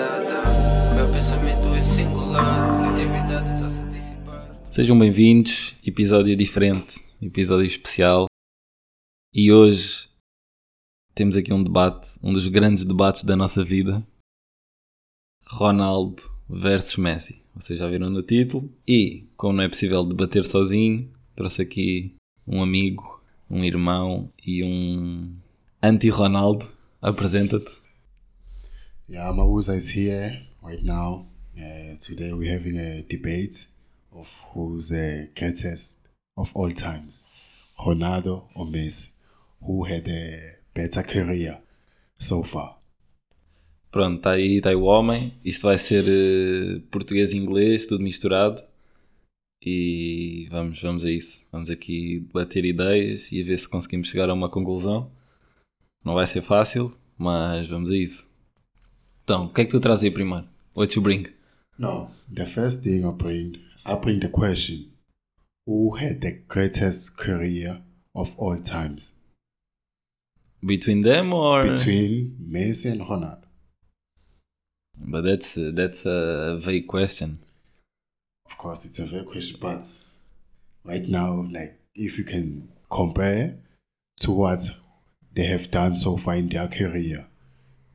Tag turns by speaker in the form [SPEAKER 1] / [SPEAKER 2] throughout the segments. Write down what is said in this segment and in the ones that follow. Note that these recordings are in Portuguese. [SPEAKER 1] é tá
[SPEAKER 2] Sejam bem-vindos, episódio diferente, episódio especial. E hoje temos aqui um debate, um dos grandes debates da nossa vida. Ronaldo versus Messi. Vocês já viram no título. E, como não é possível debater sozinho, trouxe aqui um amigo, um irmão e um anti-Ronaldo. Apresenta-te.
[SPEAKER 3] Yeah, Mabuza is here right now. Uh, today we're having a debate of who's the greatest of all times, Ronaldo or Messi, who had a better career so far.
[SPEAKER 2] Pronto, está aí, está aí o homem. Isto vai ser eh, português e inglês, tudo misturado. E vamos, vamos a isso. Vamos aqui bater ideias e a ver se conseguimos chegar a uma conclusão. Não vai ser fácil, mas vamos a isso. Então, o que é que tu trazes aí primeiro? What you bring?
[SPEAKER 3] No, the first thing I bring, I bring the question: Who had the greatest career of all times
[SPEAKER 2] Between them or...
[SPEAKER 3] between Messi and Ronaldo?
[SPEAKER 2] But that's, that's a vague question.
[SPEAKER 3] Of course, it's a fair question, but right now, like if you can compare to what they have done so far in their career,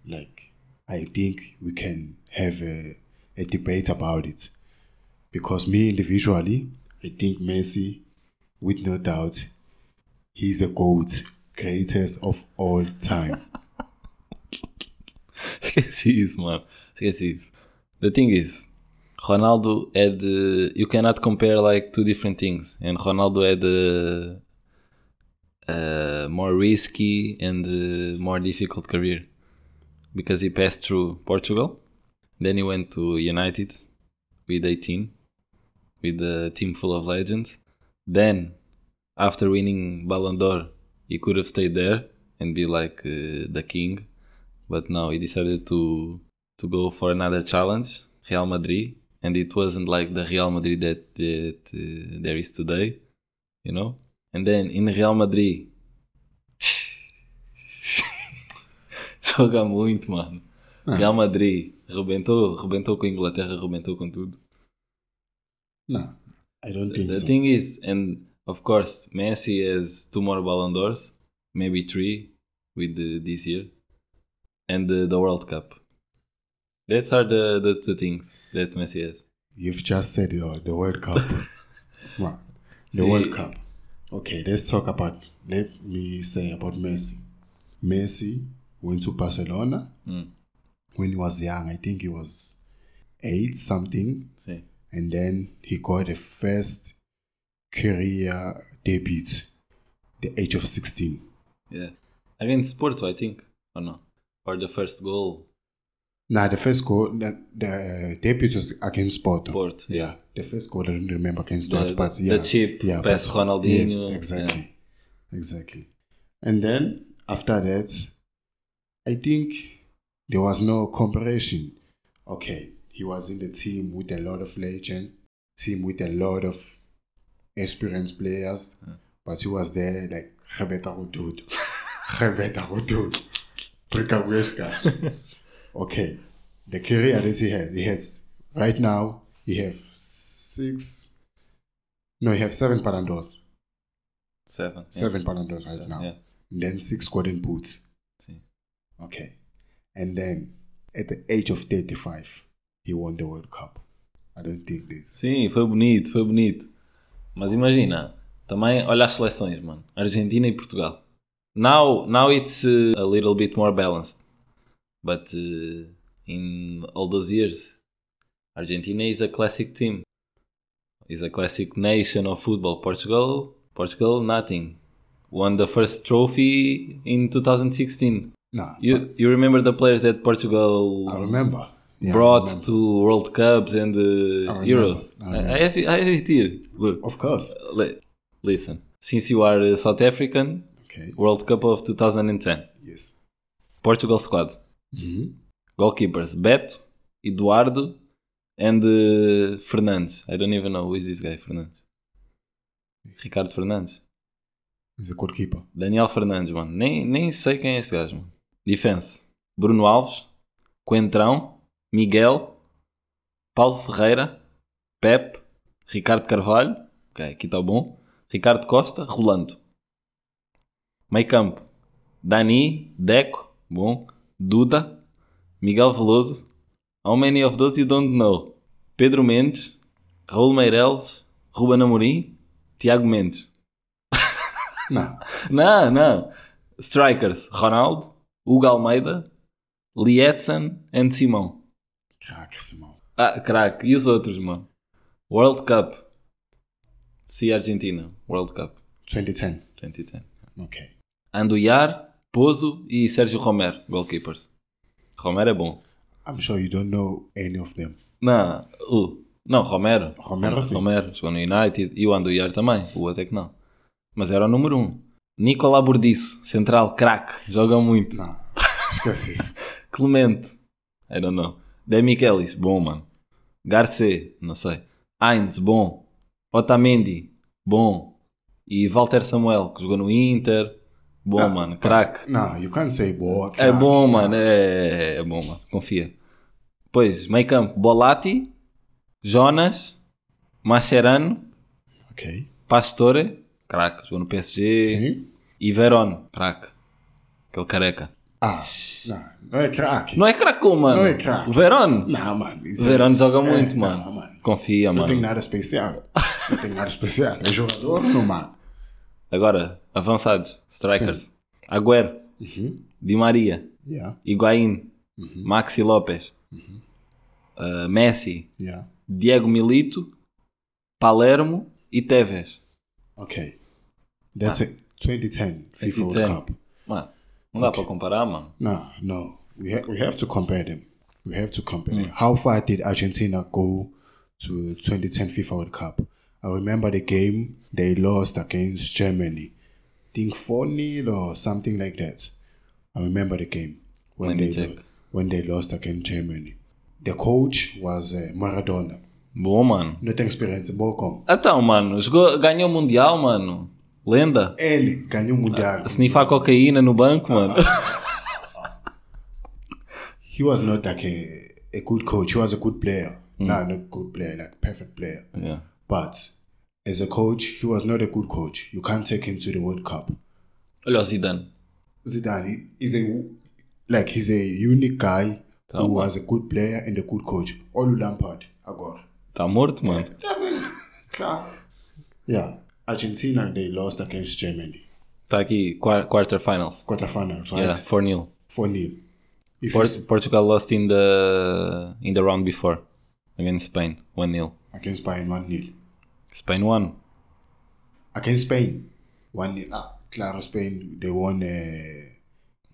[SPEAKER 3] like I think we can have a, a debate about it. Because me individually, I think Messi, with no doubt, he's the GOAT, greatest of all time.
[SPEAKER 2] Esqueci isso, mano. Esqueci isso. The thing is, Ronaldo é de. You cannot compare like two different things. And Ronaldo é de. uh, more risky and uh, more difficult career. Because he passed through Portugal. Then he went to United with 18, with a team full of legends. Then, after winning Ballon d'Or, he could have stayed there and be like uh, the king. but no, he decided to to go for another challenge, Real Madrid, and it wasn't like the Real Madrid that that uh, there is today, you know. And then in Real Madrid, joga muito, mano. Real Madrid rebentou, rebentou com a Inglaterra, rebentou com tudo.
[SPEAKER 3] No, I don't think
[SPEAKER 2] The
[SPEAKER 3] so.
[SPEAKER 2] thing is, and of course, Messi has two more Ballon d'Ors, maybe three with the, this year, and the, the World Cup. That's are the, the two things that Messi has.
[SPEAKER 3] You've just said it all. The World Cup. Right. The
[SPEAKER 2] See-
[SPEAKER 3] World Cup. Okay, let's talk about. Let me say about Messi. Messi went to Barcelona
[SPEAKER 2] Mm.
[SPEAKER 3] when he was young. I think he was eight something,
[SPEAKER 2] Sim.
[SPEAKER 3] and then he got a first career debut, the age of sixteen.
[SPEAKER 2] Yeah. Against Porto, I think, or no? Or the first goal,
[SPEAKER 3] Now the first goal, the, the debut was against Porto.
[SPEAKER 2] Porto.
[SPEAKER 3] Yeah, the first goal I don't remember against
[SPEAKER 2] The-
[SPEAKER 3] Dortmund, but
[SPEAKER 2] the
[SPEAKER 3] yeah,
[SPEAKER 2] chip
[SPEAKER 3] yeah,
[SPEAKER 2] pass
[SPEAKER 3] but-
[SPEAKER 2] Ronaldinho,
[SPEAKER 3] Yes, exactly, exactly. And then after that, I think there was no comparison. Okay, he was in the team with a lot of legend, team with a lot of experienced players, but he was there like Rebeta Rudud, Rebeta Rudud, Okay, the career that he had, he has right now, he have six. No, he have seven Ballon d'Ors.
[SPEAKER 2] Seven. yeah.
[SPEAKER 3] Seven Ballon d'Ors right now.
[SPEAKER 2] Yeah.
[SPEAKER 3] And then six golden boots.
[SPEAKER 2] Sim.
[SPEAKER 3] Okay. And then at the age of 35, he won the World Cup. I don't think this.
[SPEAKER 2] Sim, foi bonito, foi bonito. Mas imagina, também olha as seleções, mano. Argentina e Portugal. Now, now it's uh, a little bit more balanced. But uh, in all those years, Argentina is a classic team. Is a classic nation of football. Portugal, Portugal, nothing. Won the first trophy in 2016.
[SPEAKER 3] Nah.
[SPEAKER 2] You you remember the players that Portugal
[SPEAKER 3] I remember. Yeah, I
[SPEAKER 2] brought
[SPEAKER 3] remember.
[SPEAKER 2] to World Cups and uh,
[SPEAKER 3] remember.
[SPEAKER 2] Euros.
[SPEAKER 3] I
[SPEAKER 2] I,
[SPEAKER 3] remember.
[SPEAKER 2] I have, it- I have it here. Look,
[SPEAKER 3] Of course.
[SPEAKER 2] li- listen. Since you are uh, South African,
[SPEAKER 3] Okay.
[SPEAKER 2] World Cup of 2010,
[SPEAKER 3] Yes.
[SPEAKER 2] Portugal squad,
[SPEAKER 3] Mhm.
[SPEAKER 2] goalkeepers Beto, Eduardo, and uh, Fernandes. I don't even know who is this guy, Fernandes. Ricardo Fernandes.
[SPEAKER 3] He's a goalkeeper.
[SPEAKER 2] Daniel Fernandes, mano. Nem, nem sei quem é este gajo, mano. Defense. Bruno Alves, Coentrão, Miguel, Paulo Ferreira, Pep, Ricardo Carvalho, ok, aqui está bom. Ricardo Costa, Rolando. Meio campo. Dani, Deco, bom. Duda, Miguel Veloso, How many of those you don't know? Pedro Mendes, Raul Meireles, Ruben Amorim, Tiago Mendes.
[SPEAKER 3] Não.
[SPEAKER 2] Não, não. Strikers, Ronaldo, Hugo Almeida, Lietzen and Simão.
[SPEAKER 3] Caraca, Simão.
[SPEAKER 2] Ah, craque. E os outros, mano? World Cup. Se Argentina. World Cup
[SPEAKER 3] 2010.
[SPEAKER 2] 2010.
[SPEAKER 3] Ok.
[SPEAKER 2] Anduiar, Pozo e Sérgio Romero, goalkeepers. Romero é bom.
[SPEAKER 3] I'm sure you don't know any of them.
[SPEAKER 2] Não, o. Não, Romero.
[SPEAKER 3] Romero, sim.
[SPEAKER 2] Romero. Jogou no United. E o Anduiar também. O outro é que não. Mas era o número 1. Um. Nicolá Burdiço, central, craque. Joga muito.
[SPEAKER 3] Não. Esquece isso.
[SPEAKER 2] Clemente. I don't know. Demichelis, bom, mano. Garcê, não sei. Heinz, bom. Otamendi, bom. E Walter Samuel, que jogou no Inter. Bom,
[SPEAKER 3] Ah,
[SPEAKER 2] mano. Craque.
[SPEAKER 3] Não, you can't say boa.
[SPEAKER 2] É
[SPEAKER 3] crack.
[SPEAKER 2] bom, mano. É, é bom, mano. Confia. Pois, meio campo. Bolatti, Jonas, Mascherano,
[SPEAKER 3] Ok.
[SPEAKER 2] Pastore, craque. Jogou no PSG.
[SPEAKER 3] Sim.
[SPEAKER 2] E Verón, craque. Aquele careca.
[SPEAKER 3] Ah, eh, não. Não é craque.
[SPEAKER 2] Não é cracô, mano.
[SPEAKER 3] Não é craque.
[SPEAKER 2] O Verón.
[SPEAKER 3] Não, mano.
[SPEAKER 2] O
[SPEAKER 3] isso é-
[SPEAKER 2] Verón joga
[SPEAKER 3] é,
[SPEAKER 2] muito,
[SPEAKER 3] não,
[SPEAKER 2] mano. Confia,
[SPEAKER 3] Não tem
[SPEAKER 2] mano.
[SPEAKER 3] nada especial. Não tem nada especial. É jogador normal.
[SPEAKER 2] Agora, avançados, strikers. Agüero,
[SPEAKER 3] Uhum.
[SPEAKER 2] Di Maria,
[SPEAKER 3] Yeah,
[SPEAKER 2] Higuaín,
[SPEAKER 3] Uhum.
[SPEAKER 2] Maxi Lopes, uh, Messi,
[SPEAKER 3] yeah.
[SPEAKER 2] Diego Milito, Palermo e Tevez.
[SPEAKER 3] Ok. That's it. 2010 FIFA World
[SPEAKER 2] 2010.
[SPEAKER 3] Cup.
[SPEAKER 2] Mano, não dá
[SPEAKER 3] Ok.
[SPEAKER 2] para comparar, mano.
[SPEAKER 3] No, no. We ha- we have to compare them. We have to compare
[SPEAKER 2] Hmm.
[SPEAKER 3] them. How far did Argentina go to 2010 FIFA World Cup? I remember the game they lost against Germany. think 4 0 or something like that. I remember the game when
[SPEAKER 2] Let me
[SPEAKER 3] they
[SPEAKER 2] check.
[SPEAKER 3] lo- when they lost against Germany. The coach was uh, Maradona.
[SPEAKER 2] Bom, mano.
[SPEAKER 3] Não tem experiência boa com.
[SPEAKER 2] Então, mano, jogou, ganhou o Mundial, mano. Lenda.
[SPEAKER 3] Ele
[SPEAKER 2] Uh,
[SPEAKER 3] ganhou o mundial.
[SPEAKER 2] Snifar cocaína no banco, mano.
[SPEAKER 3] Ah. he was not like a, a good coach. He was a good player.
[SPEAKER 2] Hmm.
[SPEAKER 3] No, not good player, like perfect player.
[SPEAKER 2] Yeah.
[SPEAKER 3] But as a coach, he was not a good coach. You can't take him to the World Cup.
[SPEAKER 2] Olha o Zidane.
[SPEAKER 3] Zidane is a like he's a unique guy who
[SPEAKER 2] Tamam.
[SPEAKER 3] was a good player and a good coach. Olu Lampard agora.
[SPEAKER 2] Tá morto, mano.
[SPEAKER 3] É. Claro. Yeah. Argentina they lost against Germany.
[SPEAKER 2] Está Tá aqui, qua- quarterfinals.
[SPEAKER 3] Quarterfinal, right?
[SPEAKER 2] Yeah, 4-0.
[SPEAKER 3] Four 0 If
[SPEAKER 2] Por-
[SPEAKER 3] it's
[SPEAKER 2] Portugal lost in the in the round before against Spain, 1-0.
[SPEAKER 3] against Bayern one 0
[SPEAKER 2] Spain won.
[SPEAKER 3] Against Spain. One 0 ah, Claro Spain they won uh,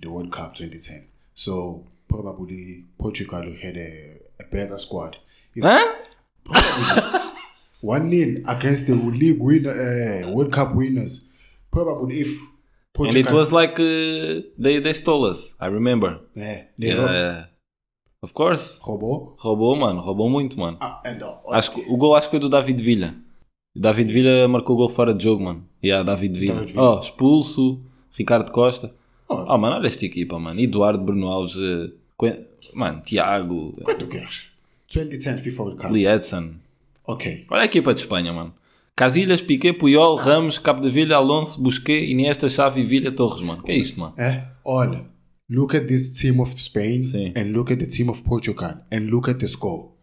[SPEAKER 3] the World Cup twenty ten. So probably Portugal had a, a better squad. If
[SPEAKER 2] Hã?
[SPEAKER 3] one 0 against the league winner, uh, World Cup winners. Probably if
[SPEAKER 2] And it
[SPEAKER 3] Portugal,
[SPEAKER 2] was like uh, they, they stole us, I remember.
[SPEAKER 3] yeah, Uh, they robbed-
[SPEAKER 2] Yeah. Of course.
[SPEAKER 3] roubou.
[SPEAKER 2] Roubou, mano. Roubou muito, mano.
[SPEAKER 3] Ah, and the-
[SPEAKER 2] Acho que- o gol acho que foi do David Villa. O David Villa marcou o gol fora de jogo, mano. E yeah, David Villa.
[SPEAKER 3] David Villa.
[SPEAKER 2] Oh, expulso. Ricardo Costa.
[SPEAKER 3] Oh.
[SPEAKER 2] Oh, mano, olha esta equipa, mano. Eduardo, Bruno Alves. eh, Quen- Mano, Tiago.
[SPEAKER 3] Quanto queres? 2010 FIFA World Cup.
[SPEAKER 2] Lee Edson.
[SPEAKER 3] Ok.
[SPEAKER 2] Olha a equipa de Espanha, mano. Casilhas, Piquet, Puyol, Ramos, Cabo de Vilha, Alonso, Busquet, Iniesta, Xavi, Vilha, Torres, mano. Que é isto, mano?
[SPEAKER 3] Eh? Olha, look at this team of Spain
[SPEAKER 2] Sim.
[SPEAKER 3] and look at the team of Portugal and look at the score.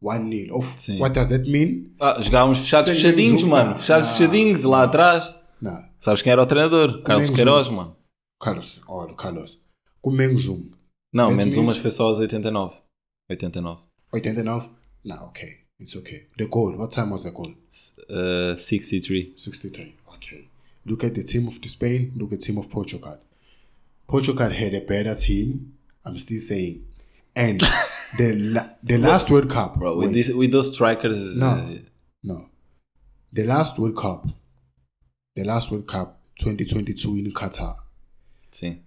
[SPEAKER 3] 1-0. Of-
[SPEAKER 2] Sim.
[SPEAKER 3] What does that mean?
[SPEAKER 2] Ah, jogávamos fechados
[SPEAKER 3] Sem Ah.
[SPEAKER 2] fechadinhos,
[SPEAKER 3] nenhum
[SPEAKER 2] mano.
[SPEAKER 3] jogo.
[SPEAKER 2] Fechados
[SPEAKER 3] Não.
[SPEAKER 2] fechadinhos, lá atrás.
[SPEAKER 3] Nah.
[SPEAKER 2] Sabes quem era o treinador? Carlos
[SPEAKER 3] nenhum
[SPEAKER 2] Queiroz, mano.
[SPEAKER 3] Carlos. Olha, Carlos. Kumengzum.
[SPEAKER 2] Não,
[SPEAKER 3] Menos um.
[SPEAKER 2] menos umas
[SPEAKER 3] isso.
[SPEAKER 2] foi só aos 89. 89.
[SPEAKER 3] Oh, 89? Nah, okay. It's okay. The goal. What time was the goal?
[SPEAKER 2] Uh, 63.
[SPEAKER 3] 63. Okay. Look at the team of Spain. Look at the team of Portugal. Portugal had a better team. I'm still saying. And the la- the last World Cup.
[SPEAKER 2] Bro,
[SPEAKER 3] Wait.
[SPEAKER 2] with, this, with those strikers.
[SPEAKER 3] No.
[SPEAKER 2] uh,
[SPEAKER 3] No. The last World Cup, the last World Cup 2022 in Qatar,
[SPEAKER 2] sim.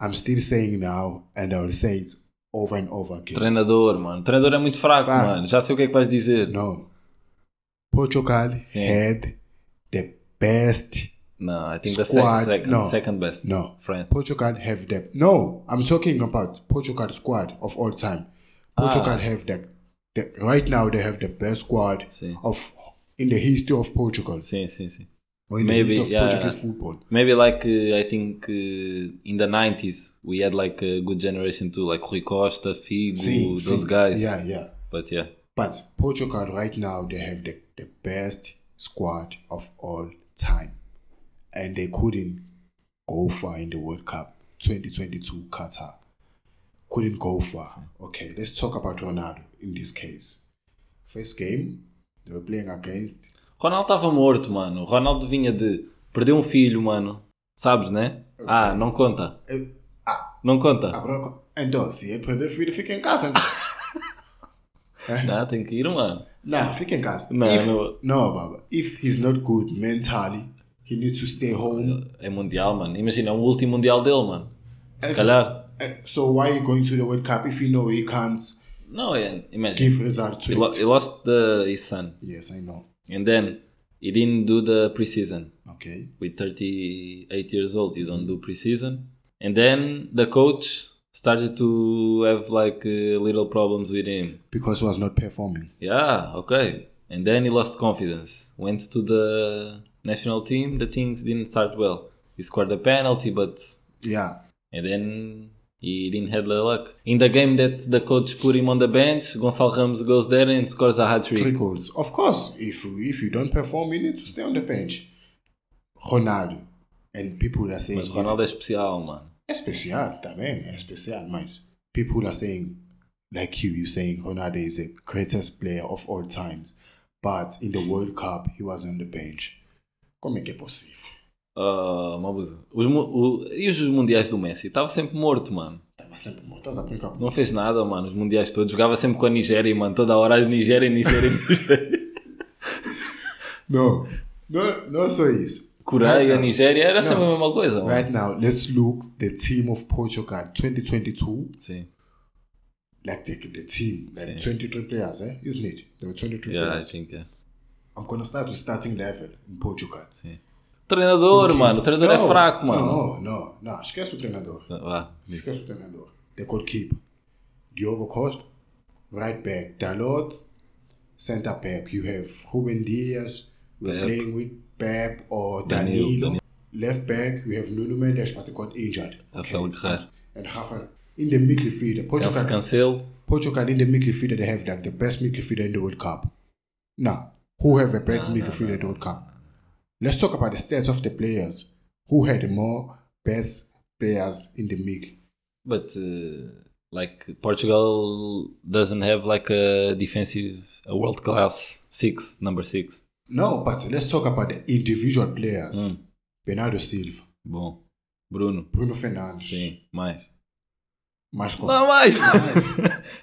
[SPEAKER 3] I'm still saying now, and I will say it over and over again.
[SPEAKER 2] Treinador, mano. Treinador é muito fraco,
[SPEAKER 3] Ah.
[SPEAKER 2] mano. Já sei o que é que vais dizer.
[SPEAKER 3] No. Portugal
[SPEAKER 2] Sim.
[SPEAKER 3] had the best.
[SPEAKER 2] Não, I think the
[SPEAKER 3] Squad,
[SPEAKER 2] sec- second,
[SPEAKER 3] no.
[SPEAKER 2] second best.
[SPEAKER 3] No.
[SPEAKER 2] France.
[SPEAKER 3] Portugal have the. No, I'm talking about Portugal squad of all
[SPEAKER 2] Ah.
[SPEAKER 3] time. Portugal have the, the. Right now, they have the best squad
[SPEAKER 2] Sim.
[SPEAKER 3] of in the history of Portugal
[SPEAKER 2] Sim, sim, sim.
[SPEAKER 3] or in
[SPEAKER 2] Maybe,
[SPEAKER 3] the history of
[SPEAKER 2] yeah.
[SPEAKER 3] Portuguese football.
[SPEAKER 2] Maybe like uh, I think uh, in the 90s we had like a good generation too, like Rui Costa, Figo,
[SPEAKER 3] See,
[SPEAKER 2] those guys.
[SPEAKER 3] Yeah, yeah.
[SPEAKER 2] But yeah,
[SPEAKER 3] But Portugal right now they have the, the best squad of all time. And they couldn't go far in the World Cup 2022 Qatar. Couldn't go far. Okay, let's talk about Ronaldo in this case. First game, they were playing against
[SPEAKER 2] Ronaldo estava morto, mano. O Ronaldo vinha de perdeu um filho, mano. Sabes, né? Ah, não conta.
[SPEAKER 3] Eu-
[SPEAKER 2] Não conta.
[SPEAKER 3] Agora, co- então, se é perder filho, fica em casa.
[SPEAKER 2] Não, Ah, tem que ir, mano.
[SPEAKER 3] nah, fica em casa.
[SPEAKER 2] Não,
[SPEAKER 3] if,
[SPEAKER 2] não.
[SPEAKER 3] No, Baba. If he's not good mentally, he needs to stay home.
[SPEAKER 2] É mundial, mano. Imagina, é o último mundial dele, mano. Se calhar.
[SPEAKER 3] Eh, So why are you going to the World Cup if you know he can't
[SPEAKER 2] Não, é, imagine.
[SPEAKER 3] give result
[SPEAKER 2] He,
[SPEAKER 3] to
[SPEAKER 2] lo
[SPEAKER 3] it?
[SPEAKER 2] he lost the, his son.
[SPEAKER 3] Yes, I know.
[SPEAKER 2] And then he didn't do the preseason.
[SPEAKER 3] Okay.
[SPEAKER 2] with 38 years old you don't do preseason and then the coach started to have like uh, little problems with him
[SPEAKER 3] Because he was not performing.
[SPEAKER 2] yeah okay and then he lost confidence went to the national team the things didn't start well he scored a penalty but
[SPEAKER 3] Yeah.
[SPEAKER 2] and then he didn't have the luck in the game that the coach put him on the bench gonçalo ramos goes there and scores a hat
[SPEAKER 3] Three
[SPEAKER 2] trick
[SPEAKER 3] goals. Of course, if if you don't perform, you need to stay on the bench. Ronaldo. And people are saying
[SPEAKER 2] mas
[SPEAKER 3] he's
[SPEAKER 2] ronaldo é especial mano
[SPEAKER 3] É especial também, é especial, mas people are saying, like you, you're saying Ronaldo is the greatest player of all times, but in the World Cup he was on the bench. Como é que é possível?
[SPEAKER 2] Ah, Mabuza. Os mu- o- e os mundiais do Messi? Estava sempre morto, mano.
[SPEAKER 3] Estava sempre morto, estás a brincar comigo?
[SPEAKER 2] Não fez nada, mano. Os mundiais todos. Jogava sempre com a Nigéria, mano. Toda a hora a Nigéria, Nigéria, Nigéria.
[SPEAKER 3] Não, não, não é só isso.
[SPEAKER 2] Coreia,
[SPEAKER 3] Right now-
[SPEAKER 2] Nigéria. Era sempre a mesma coisa, mano.
[SPEAKER 3] Right now, let's look the team of Portugal 2022,
[SPEAKER 2] Sim.
[SPEAKER 3] like the, the team, like 23 players, eh? isn't it? There were 23
[SPEAKER 2] Yeah, assim é. I
[SPEAKER 3] players.
[SPEAKER 2] think, yeah.
[SPEAKER 3] I'm going to start with starting level in Portugal.
[SPEAKER 2] Sim. Treinador, mano. O treinador é
[SPEAKER 3] Não,
[SPEAKER 2] fraco, mano.
[SPEAKER 3] Não, não, não, esquece o treinador.
[SPEAKER 2] Vá.
[SPEAKER 3] Esquece o treinador. The goalkeeper. Diogo Costa. Right back. Dalot. Center back. You have Ruben Diaz. We're
[SPEAKER 2] Pep.
[SPEAKER 3] playing with Pep or
[SPEAKER 2] Danilo,
[SPEAKER 3] Danilo.
[SPEAKER 2] Danilo.
[SPEAKER 3] Left back. We have Nuno Mendes, but he got injured.
[SPEAKER 2] Rafael Guerreiro.
[SPEAKER 3] And Rafael. In the midfield.
[SPEAKER 2] Canse-
[SPEAKER 3] Portugal,
[SPEAKER 2] Cancelo.
[SPEAKER 3] Portugal in the midfield, they have like the best midfielder in the World Cup. Now, who have a best midfielder in the World Cup? Let's talk about the stats of the players. Who had more best players in the league?
[SPEAKER 2] But, uh, like, Portugal doesn't have, like, a defensive, a world-class six, number six.
[SPEAKER 3] No, but let's talk about the individual players. Bernardo Silva,
[SPEAKER 2] Bom. Bruno.
[SPEAKER 3] Bruno Fernandes,
[SPEAKER 2] Sim. Mais.
[SPEAKER 3] Marco.
[SPEAKER 2] Não há mais!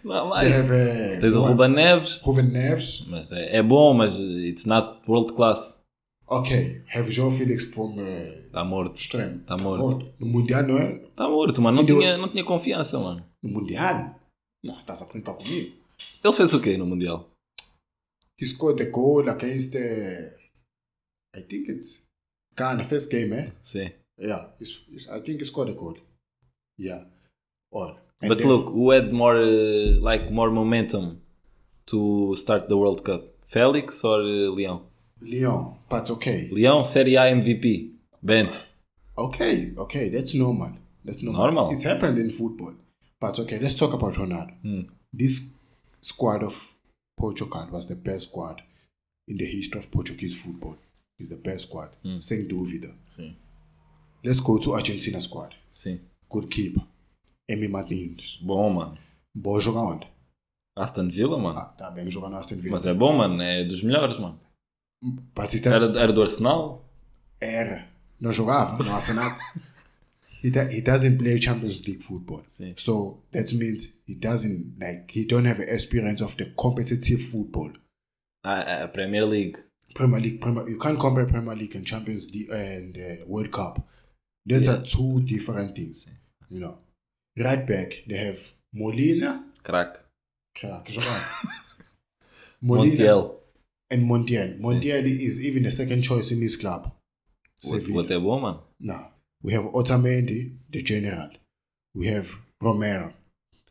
[SPEAKER 2] Não há
[SPEAKER 3] They
[SPEAKER 2] mais!
[SPEAKER 3] have uh,
[SPEAKER 2] Tens o Ruben Neves.
[SPEAKER 3] Ruben Neves.
[SPEAKER 2] Mas é, é bom, mas uh, it's not world class.
[SPEAKER 3] Okay, have João Felix from uh,
[SPEAKER 2] Está morto.
[SPEAKER 3] Extremo.
[SPEAKER 2] Tá morto.
[SPEAKER 3] No Mundial, não é?
[SPEAKER 2] Está morto, mano. Não
[SPEAKER 3] E do-
[SPEAKER 2] tinha, não tinha confiança, mano.
[SPEAKER 3] No Mundial? Não, estás a brincar comigo.
[SPEAKER 2] Ele fez o quê no Mundial?
[SPEAKER 3] He scored a goal against, uh, I think it's Ghana, first game, eh?
[SPEAKER 2] Sim.
[SPEAKER 3] Yeah, it's, it's, I think he scored a goal. Yeah. All. And
[SPEAKER 2] But
[SPEAKER 3] then-
[SPEAKER 2] look, who had more, uh, like, more momentum to start the World Cup? Félix or uh, Leão?
[SPEAKER 3] Leon, but okay.
[SPEAKER 2] Leão, Série A MVP. Bento.
[SPEAKER 3] Okay, okay, that's normal. That's normal.
[SPEAKER 2] Normal.
[SPEAKER 3] It's happened in football. But okay, let's talk about Ronaldo.
[SPEAKER 2] Hmm.
[SPEAKER 3] This squad of Portugal was the best squad in the history of Portuguese football. It's the best squad,
[SPEAKER 2] Hmm.
[SPEAKER 3] sem dúvida.
[SPEAKER 2] Sim.
[SPEAKER 3] Let's go to Argentina squad.
[SPEAKER 2] Sim.
[SPEAKER 3] Goalkeeper, Emi Martins.
[SPEAKER 2] Bom, mano.
[SPEAKER 3] Boa jogar onde?
[SPEAKER 2] Aston Villa, mano.
[SPEAKER 3] Ah, tá bem, jogar na Aston Villa.
[SPEAKER 2] Mas é bom, mano. É dos melhores, mano.
[SPEAKER 3] But it
[SPEAKER 2] Era, era do Arsenal?
[SPEAKER 3] era. Não jogava, não assinava. he, do- he doesn't play Champions League football.
[SPEAKER 2] Sim.
[SPEAKER 3] So that means he doesn't like he don't have experience of the competitive football.
[SPEAKER 2] A, a Premier League.
[SPEAKER 3] Premier League, Premier, you can't compare Premier League and Champions League and uh, World Cup. Those are two different things. You know, right back they have Molina,
[SPEAKER 2] Crack.
[SPEAKER 3] crack, Joao.
[SPEAKER 2] Montiel.
[SPEAKER 3] and Montiel. Montiel is even the second choice in this club.
[SPEAKER 2] O,
[SPEAKER 3] Sevilla.
[SPEAKER 2] o até bom, mano.
[SPEAKER 3] No. We have Otamendi, the general. We have Romero,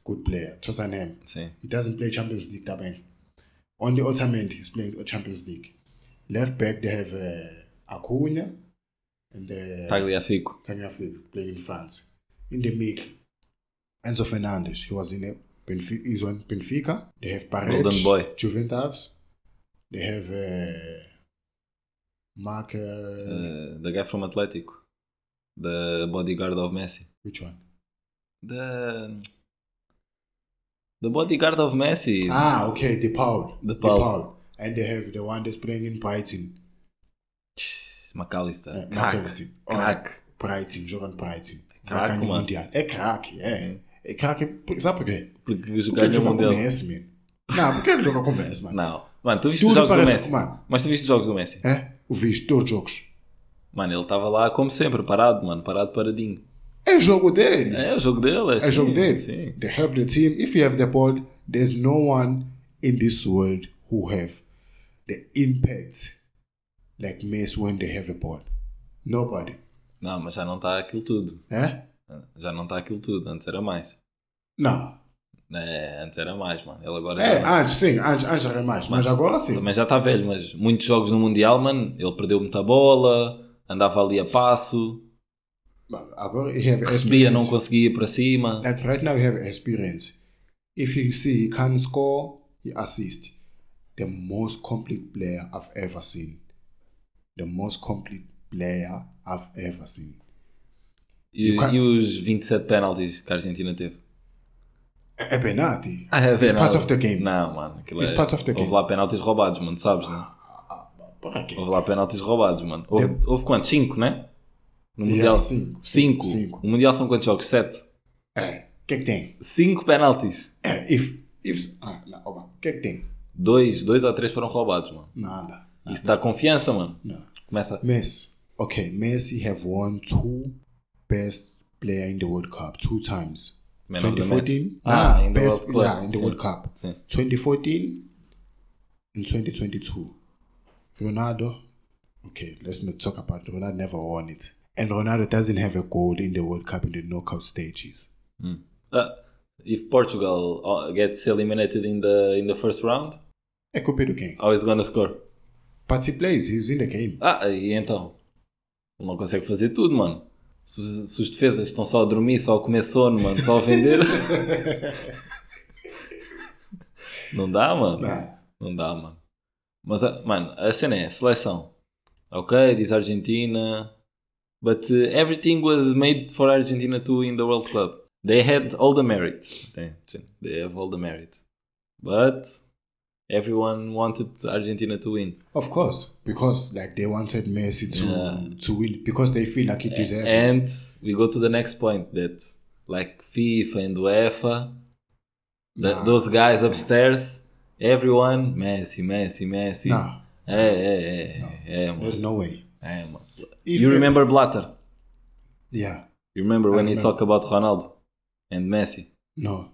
[SPEAKER 3] good player, Tottenham.
[SPEAKER 2] Sim.
[SPEAKER 3] He doesn't play Champions League that bad. Only Otamendi is playing Champions League. Left back, they have uh, Acuna and uh,
[SPEAKER 2] Tagliafico.
[SPEAKER 3] Tagliafico playing in France. In the middle, Enzo Fernandes, he was in a Benfica, he's on Benfica. They have Paredes,
[SPEAKER 2] Golden boy.
[SPEAKER 3] Juventus. They have uh, Mark, uh,
[SPEAKER 2] Uh, the guy from Atlético. The bodyguard of Messi.
[SPEAKER 3] which one?
[SPEAKER 2] The the bodyguard of Messi.
[SPEAKER 3] Ah, okay, the Paul.
[SPEAKER 2] De
[SPEAKER 3] De
[SPEAKER 2] Paul.
[SPEAKER 3] Paul. And they have the one that's playing in Brighton.
[SPEAKER 2] McAllister.
[SPEAKER 3] É,
[SPEAKER 2] Uh, Crack.
[SPEAKER 3] McAllister.
[SPEAKER 2] Crack.
[SPEAKER 3] Brighton, jogando Brighton.
[SPEAKER 2] Craque,
[SPEAKER 3] Vai ganhar o
[SPEAKER 2] mano.
[SPEAKER 3] Mundial. É craque, é. É craque, por- sabe por quê?
[SPEAKER 2] Porque
[SPEAKER 3] Porque ele
[SPEAKER 2] jogar no
[SPEAKER 3] joga com o
[SPEAKER 2] Mm. Mundial.
[SPEAKER 3] Messi, mano. Não, porque ele joga com o Messi, mano.
[SPEAKER 2] Não. Mano, tu viste os
[SPEAKER 3] Tudo
[SPEAKER 2] jogos do
[SPEAKER 3] parece...
[SPEAKER 2] Messi?
[SPEAKER 3] Mano,
[SPEAKER 2] Mas tu viste os jogos do Messi?
[SPEAKER 3] é, o visto, todos os jogos.
[SPEAKER 2] Mano, ele estava lá como sempre, parado, mano. Parado, paradinho.
[SPEAKER 3] É jogo dele.
[SPEAKER 2] É o jogo dele. É,
[SPEAKER 3] É
[SPEAKER 2] assim,
[SPEAKER 3] jogo dele.
[SPEAKER 2] Sim.
[SPEAKER 3] They help the team. If you have the ball, there's no one in this world who have the impact like Messi when they have the ball. Nobody. Eh?
[SPEAKER 2] Não, mas já não está aquilo tudo.
[SPEAKER 3] É?
[SPEAKER 2] Já não está aquilo tudo. Antes era mais.
[SPEAKER 3] Não.
[SPEAKER 2] É, antes era mais, mano. Ele agora
[SPEAKER 3] É,
[SPEAKER 2] já... tá
[SPEAKER 3] antes sim, antes, antes era mais. Mas agora sim.
[SPEAKER 2] Também já está velho, mas muitos jogos no Mundial, mano, ele perdeu muita bola, andava ali a passo,
[SPEAKER 3] Agora you have
[SPEAKER 2] recebia, não
[SPEAKER 3] experience.
[SPEAKER 2] conseguia ir para cima.
[SPEAKER 3] Like right now, you have experience. If you see he can score, he assist. The most complete player I've ever seen. The most complete player I've ever seen.
[SPEAKER 2] E,
[SPEAKER 3] E o cara-
[SPEAKER 2] e os 27 penaltis que a Argentina teve?
[SPEAKER 3] É é penalti.
[SPEAKER 2] Ah, é
[SPEAKER 3] It's
[SPEAKER 2] penalti.
[SPEAKER 3] part of the game.
[SPEAKER 2] Não, mano, aquilo
[SPEAKER 3] It's
[SPEAKER 2] é...
[SPEAKER 3] part of the
[SPEAKER 2] Houve
[SPEAKER 3] game.
[SPEAKER 2] lá penaltis roubados, mano, sabes, né?
[SPEAKER 3] Para quê?
[SPEAKER 2] Houve lá penaltis roubados, mano. Houve, houve quantos? 5, né? No Mundial?
[SPEAKER 3] Yeah, cinco.
[SPEAKER 2] 5.
[SPEAKER 3] Cinco.
[SPEAKER 2] O Mundial são quantos jogos? 7.
[SPEAKER 3] É, o que é que tem?
[SPEAKER 2] 5 penaltis.
[SPEAKER 3] É, if, if, ah, não, opa, o que é que tem?
[SPEAKER 2] 2 dois ou 3 foram roubados, mano.
[SPEAKER 3] Nada.
[SPEAKER 2] Isso dá confiança, mano.
[SPEAKER 3] Não.
[SPEAKER 2] Começa...
[SPEAKER 3] Messi. Okay, Messi have won two best player in the World Cup two times.
[SPEAKER 2] Man of the match.
[SPEAKER 3] 2014.
[SPEAKER 2] Ah,
[SPEAKER 3] nah,
[SPEAKER 2] in the
[SPEAKER 3] best,
[SPEAKER 2] World Cup.
[SPEAKER 3] Yeah, in the
[SPEAKER 2] Sim.
[SPEAKER 3] World Cup.
[SPEAKER 2] Sim.
[SPEAKER 3] 2014 and 2022. Ronaldo. Okay, let's not talk about Ronaldo. Never won it, and Ronaldo doesn't have a goal in the World Cup in the knockout stages.
[SPEAKER 2] Uh, if Portugal uh, gets eliminated in the in the first round,
[SPEAKER 3] It could be the game,
[SPEAKER 2] how is gonna score?
[SPEAKER 3] but he plays. He's in the game.
[SPEAKER 2] Ah, e então? Ele não consegue fazer tudo, mano. Se, os- se os defesas estão só a dormir, só a comer sono, mano, só a vender. não dá, mano.
[SPEAKER 3] Nah.
[SPEAKER 2] Não dá, mano. Mas, ah, mano, a cena é seleção. Ok, diz Argentina. But uh, everything was made for Argentina too in the World Club. They had all the merit. They, they have all the merit. But everyone wanted Argentina to win.
[SPEAKER 3] Of course, because like they wanted Messi to
[SPEAKER 2] Yeah.
[SPEAKER 3] to win because they feel like he deserves it.
[SPEAKER 2] And we go to the next point that, like FIFA and UEFA, the,
[SPEAKER 3] Nah.
[SPEAKER 2] those guys upstairs, everyone, Messi, Messi, Messi.
[SPEAKER 3] Nah,
[SPEAKER 2] É, é, é. É, mano.
[SPEAKER 3] there's no way.
[SPEAKER 2] É, mano.
[SPEAKER 3] If-
[SPEAKER 2] you
[SPEAKER 3] if-
[SPEAKER 2] remember Blatter?
[SPEAKER 3] Yeah.
[SPEAKER 2] You remember
[SPEAKER 3] I
[SPEAKER 2] when you
[SPEAKER 3] remember.
[SPEAKER 2] talk about Ronaldo and Messi?
[SPEAKER 3] No.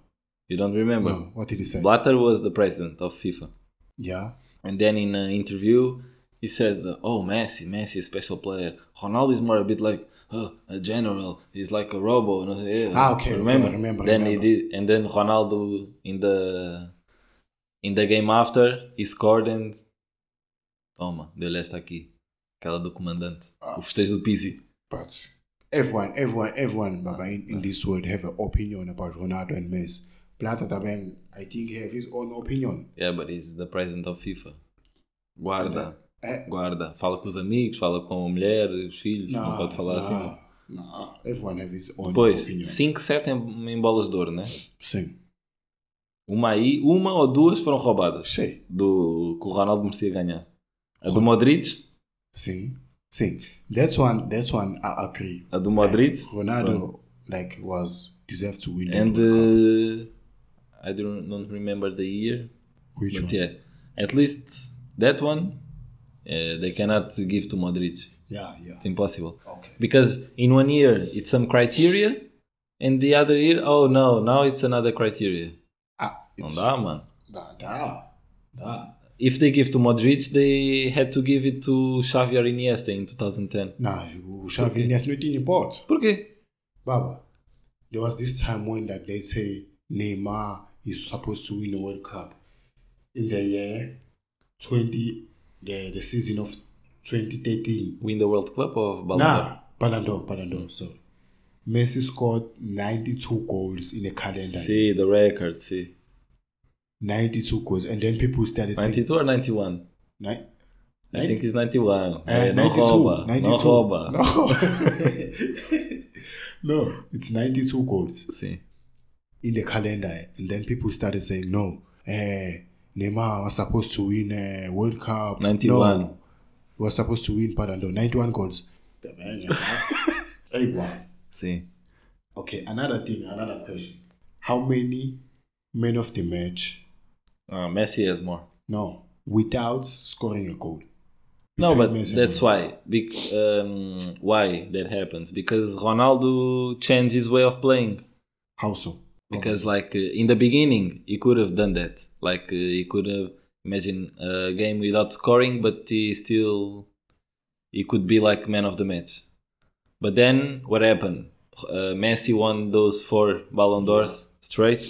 [SPEAKER 2] You don't remember.
[SPEAKER 3] No. What did he say?
[SPEAKER 2] Blatter was the president of FIFA,
[SPEAKER 3] Yeah.
[SPEAKER 2] and then in an interview he said, uh, "Oh, Messi, Messi is a special player. Ronaldo is more a bit like uh, a general. He's like a robo." And I said, yeah,
[SPEAKER 3] Ah, okay, okay,
[SPEAKER 2] Remember?
[SPEAKER 3] I remember,
[SPEAKER 2] Then
[SPEAKER 3] remember.
[SPEAKER 2] he did, and then Ronaldo in the in the game after he scored and toma, deu-lhe esta aqui, aquela do comandante,
[SPEAKER 3] Ah.
[SPEAKER 2] o festejo do Pizzi.
[SPEAKER 3] But everyone, everyone, everyone, Baba, in, in this world have an opinion about Ronaldo and Messi. Blatter Tabang, I think he have his own opinion.
[SPEAKER 2] Yeah, but he's the president of FIFA. Guarda,
[SPEAKER 3] Eh,
[SPEAKER 2] guarda. Fala com os amigos, fala com a mulher, os filhos,
[SPEAKER 3] nah,
[SPEAKER 2] não pode falar
[SPEAKER 3] nah,
[SPEAKER 2] assim.
[SPEAKER 3] nah. everyone have his own
[SPEAKER 2] Pois,
[SPEAKER 3] opinion.
[SPEAKER 2] 5, 7 em, em bolas de ouro, né?
[SPEAKER 3] Sim.
[SPEAKER 2] Uma aí, uma ou duas foram roubadas
[SPEAKER 3] Sim.
[SPEAKER 2] do que o Ronaldo merecia ganhar. A do Modric,
[SPEAKER 3] Sim. Sim. That's one, that's one I agree.
[SPEAKER 2] a do Modric.
[SPEAKER 3] Ronaldo, like, was deserved to win
[SPEAKER 2] And
[SPEAKER 3] the World Cup.
[SPEAKER 2] uh, I don't, don't remember the year,
[SPEAKER 3] Which
[SPEAKER 2] but
[SPEAKER 3] one?
[SPEAKER 2] yeah, at least that one uh, they cannot give to Modric.
[SPEAKER 3] Yeah, yeah.
[SPEAKER 2] It's impossible.
[SPEAKER 3] Okay.
[SPEAKER 2] because in one year it's some criteria and the other year oh no now it's another criteria
[SPEAKER 3] Ah,
[SPEAKER 2] não
[SPEAKER 3] it's,
[SPEAKER 2] dá mano
[SPEAKER 3] da, da, da.
[SPEAKER 2] if they give to Modric they had to give it to Xavi or Iniesta in 2010
[SPEAKER 3] Nah, o Xavi Inés não tinha importa.
[SPEAKER 2] porquê?
[SPEAKER 3] Baba, there was this time when like they say Neymar is supposed to win the World Cup in the year 2018 the the season of 2013.
[SPEAKER 2] Win the World Cup or Ballon d'Or?
[SPEAKER 3] Nah, Ballon d'Or, Ballon d'Or. So Messi scored 92 goals in a calendar.
[SPEAKER 2] See, the record, see.
[SPEAKER 3] 92 goals, and then people started saying
[SPEAKER 2] 92 or 91?
[SPEAKER 3] Ni-
[SPEAKER 2] I think it's 91.
[SPEAKER 3] Eh,
[SPEAKER 2] Eh, não
[SPEAKER 3] 92,
[SPEAKER 2] rouba, não
[SPEAKER 3] 92.
[SPEAKER 2] rouba.
[SPEAKER 3] no. no, it's 92 goals
[SPEAKER 2] Sim.
[SPEAKER 3] in the calendar, and then people started saying no. Eh, Neymar was supposed to win a World Cup.
[SPEAKER 2] 91.
[SPEAKER 3] No, he was supposed to win Ballon d'Or. 91 goals. The man, yeah, that's- Hey, wow.
[SPEAKER 2] Sim.
[SPEAKER 3] Okay, another thing, another question. How many men of the match?
[SPEAKER 2] Ah, Messi has more.
[SPEAKER 3] No, without scoring a goal.
[SPEAKER 2] No,
[SPEAKER 3] Between
[SPEAKER 2] but
[SPEAKER 3] Messi and
[SPEAKER 2] that's why. Bec- um, why that happens? Because Ronaldo changed his way of playing.
[SPEAKER 3] How so?
[SPEAKER 2] Because like uh, in the beginning, he could have done that. Like uh, he could have imagine a game without scoring, but he still he could be like man of the match. But then what happened? Uh, Messi won those four Ballon d'Ors straight,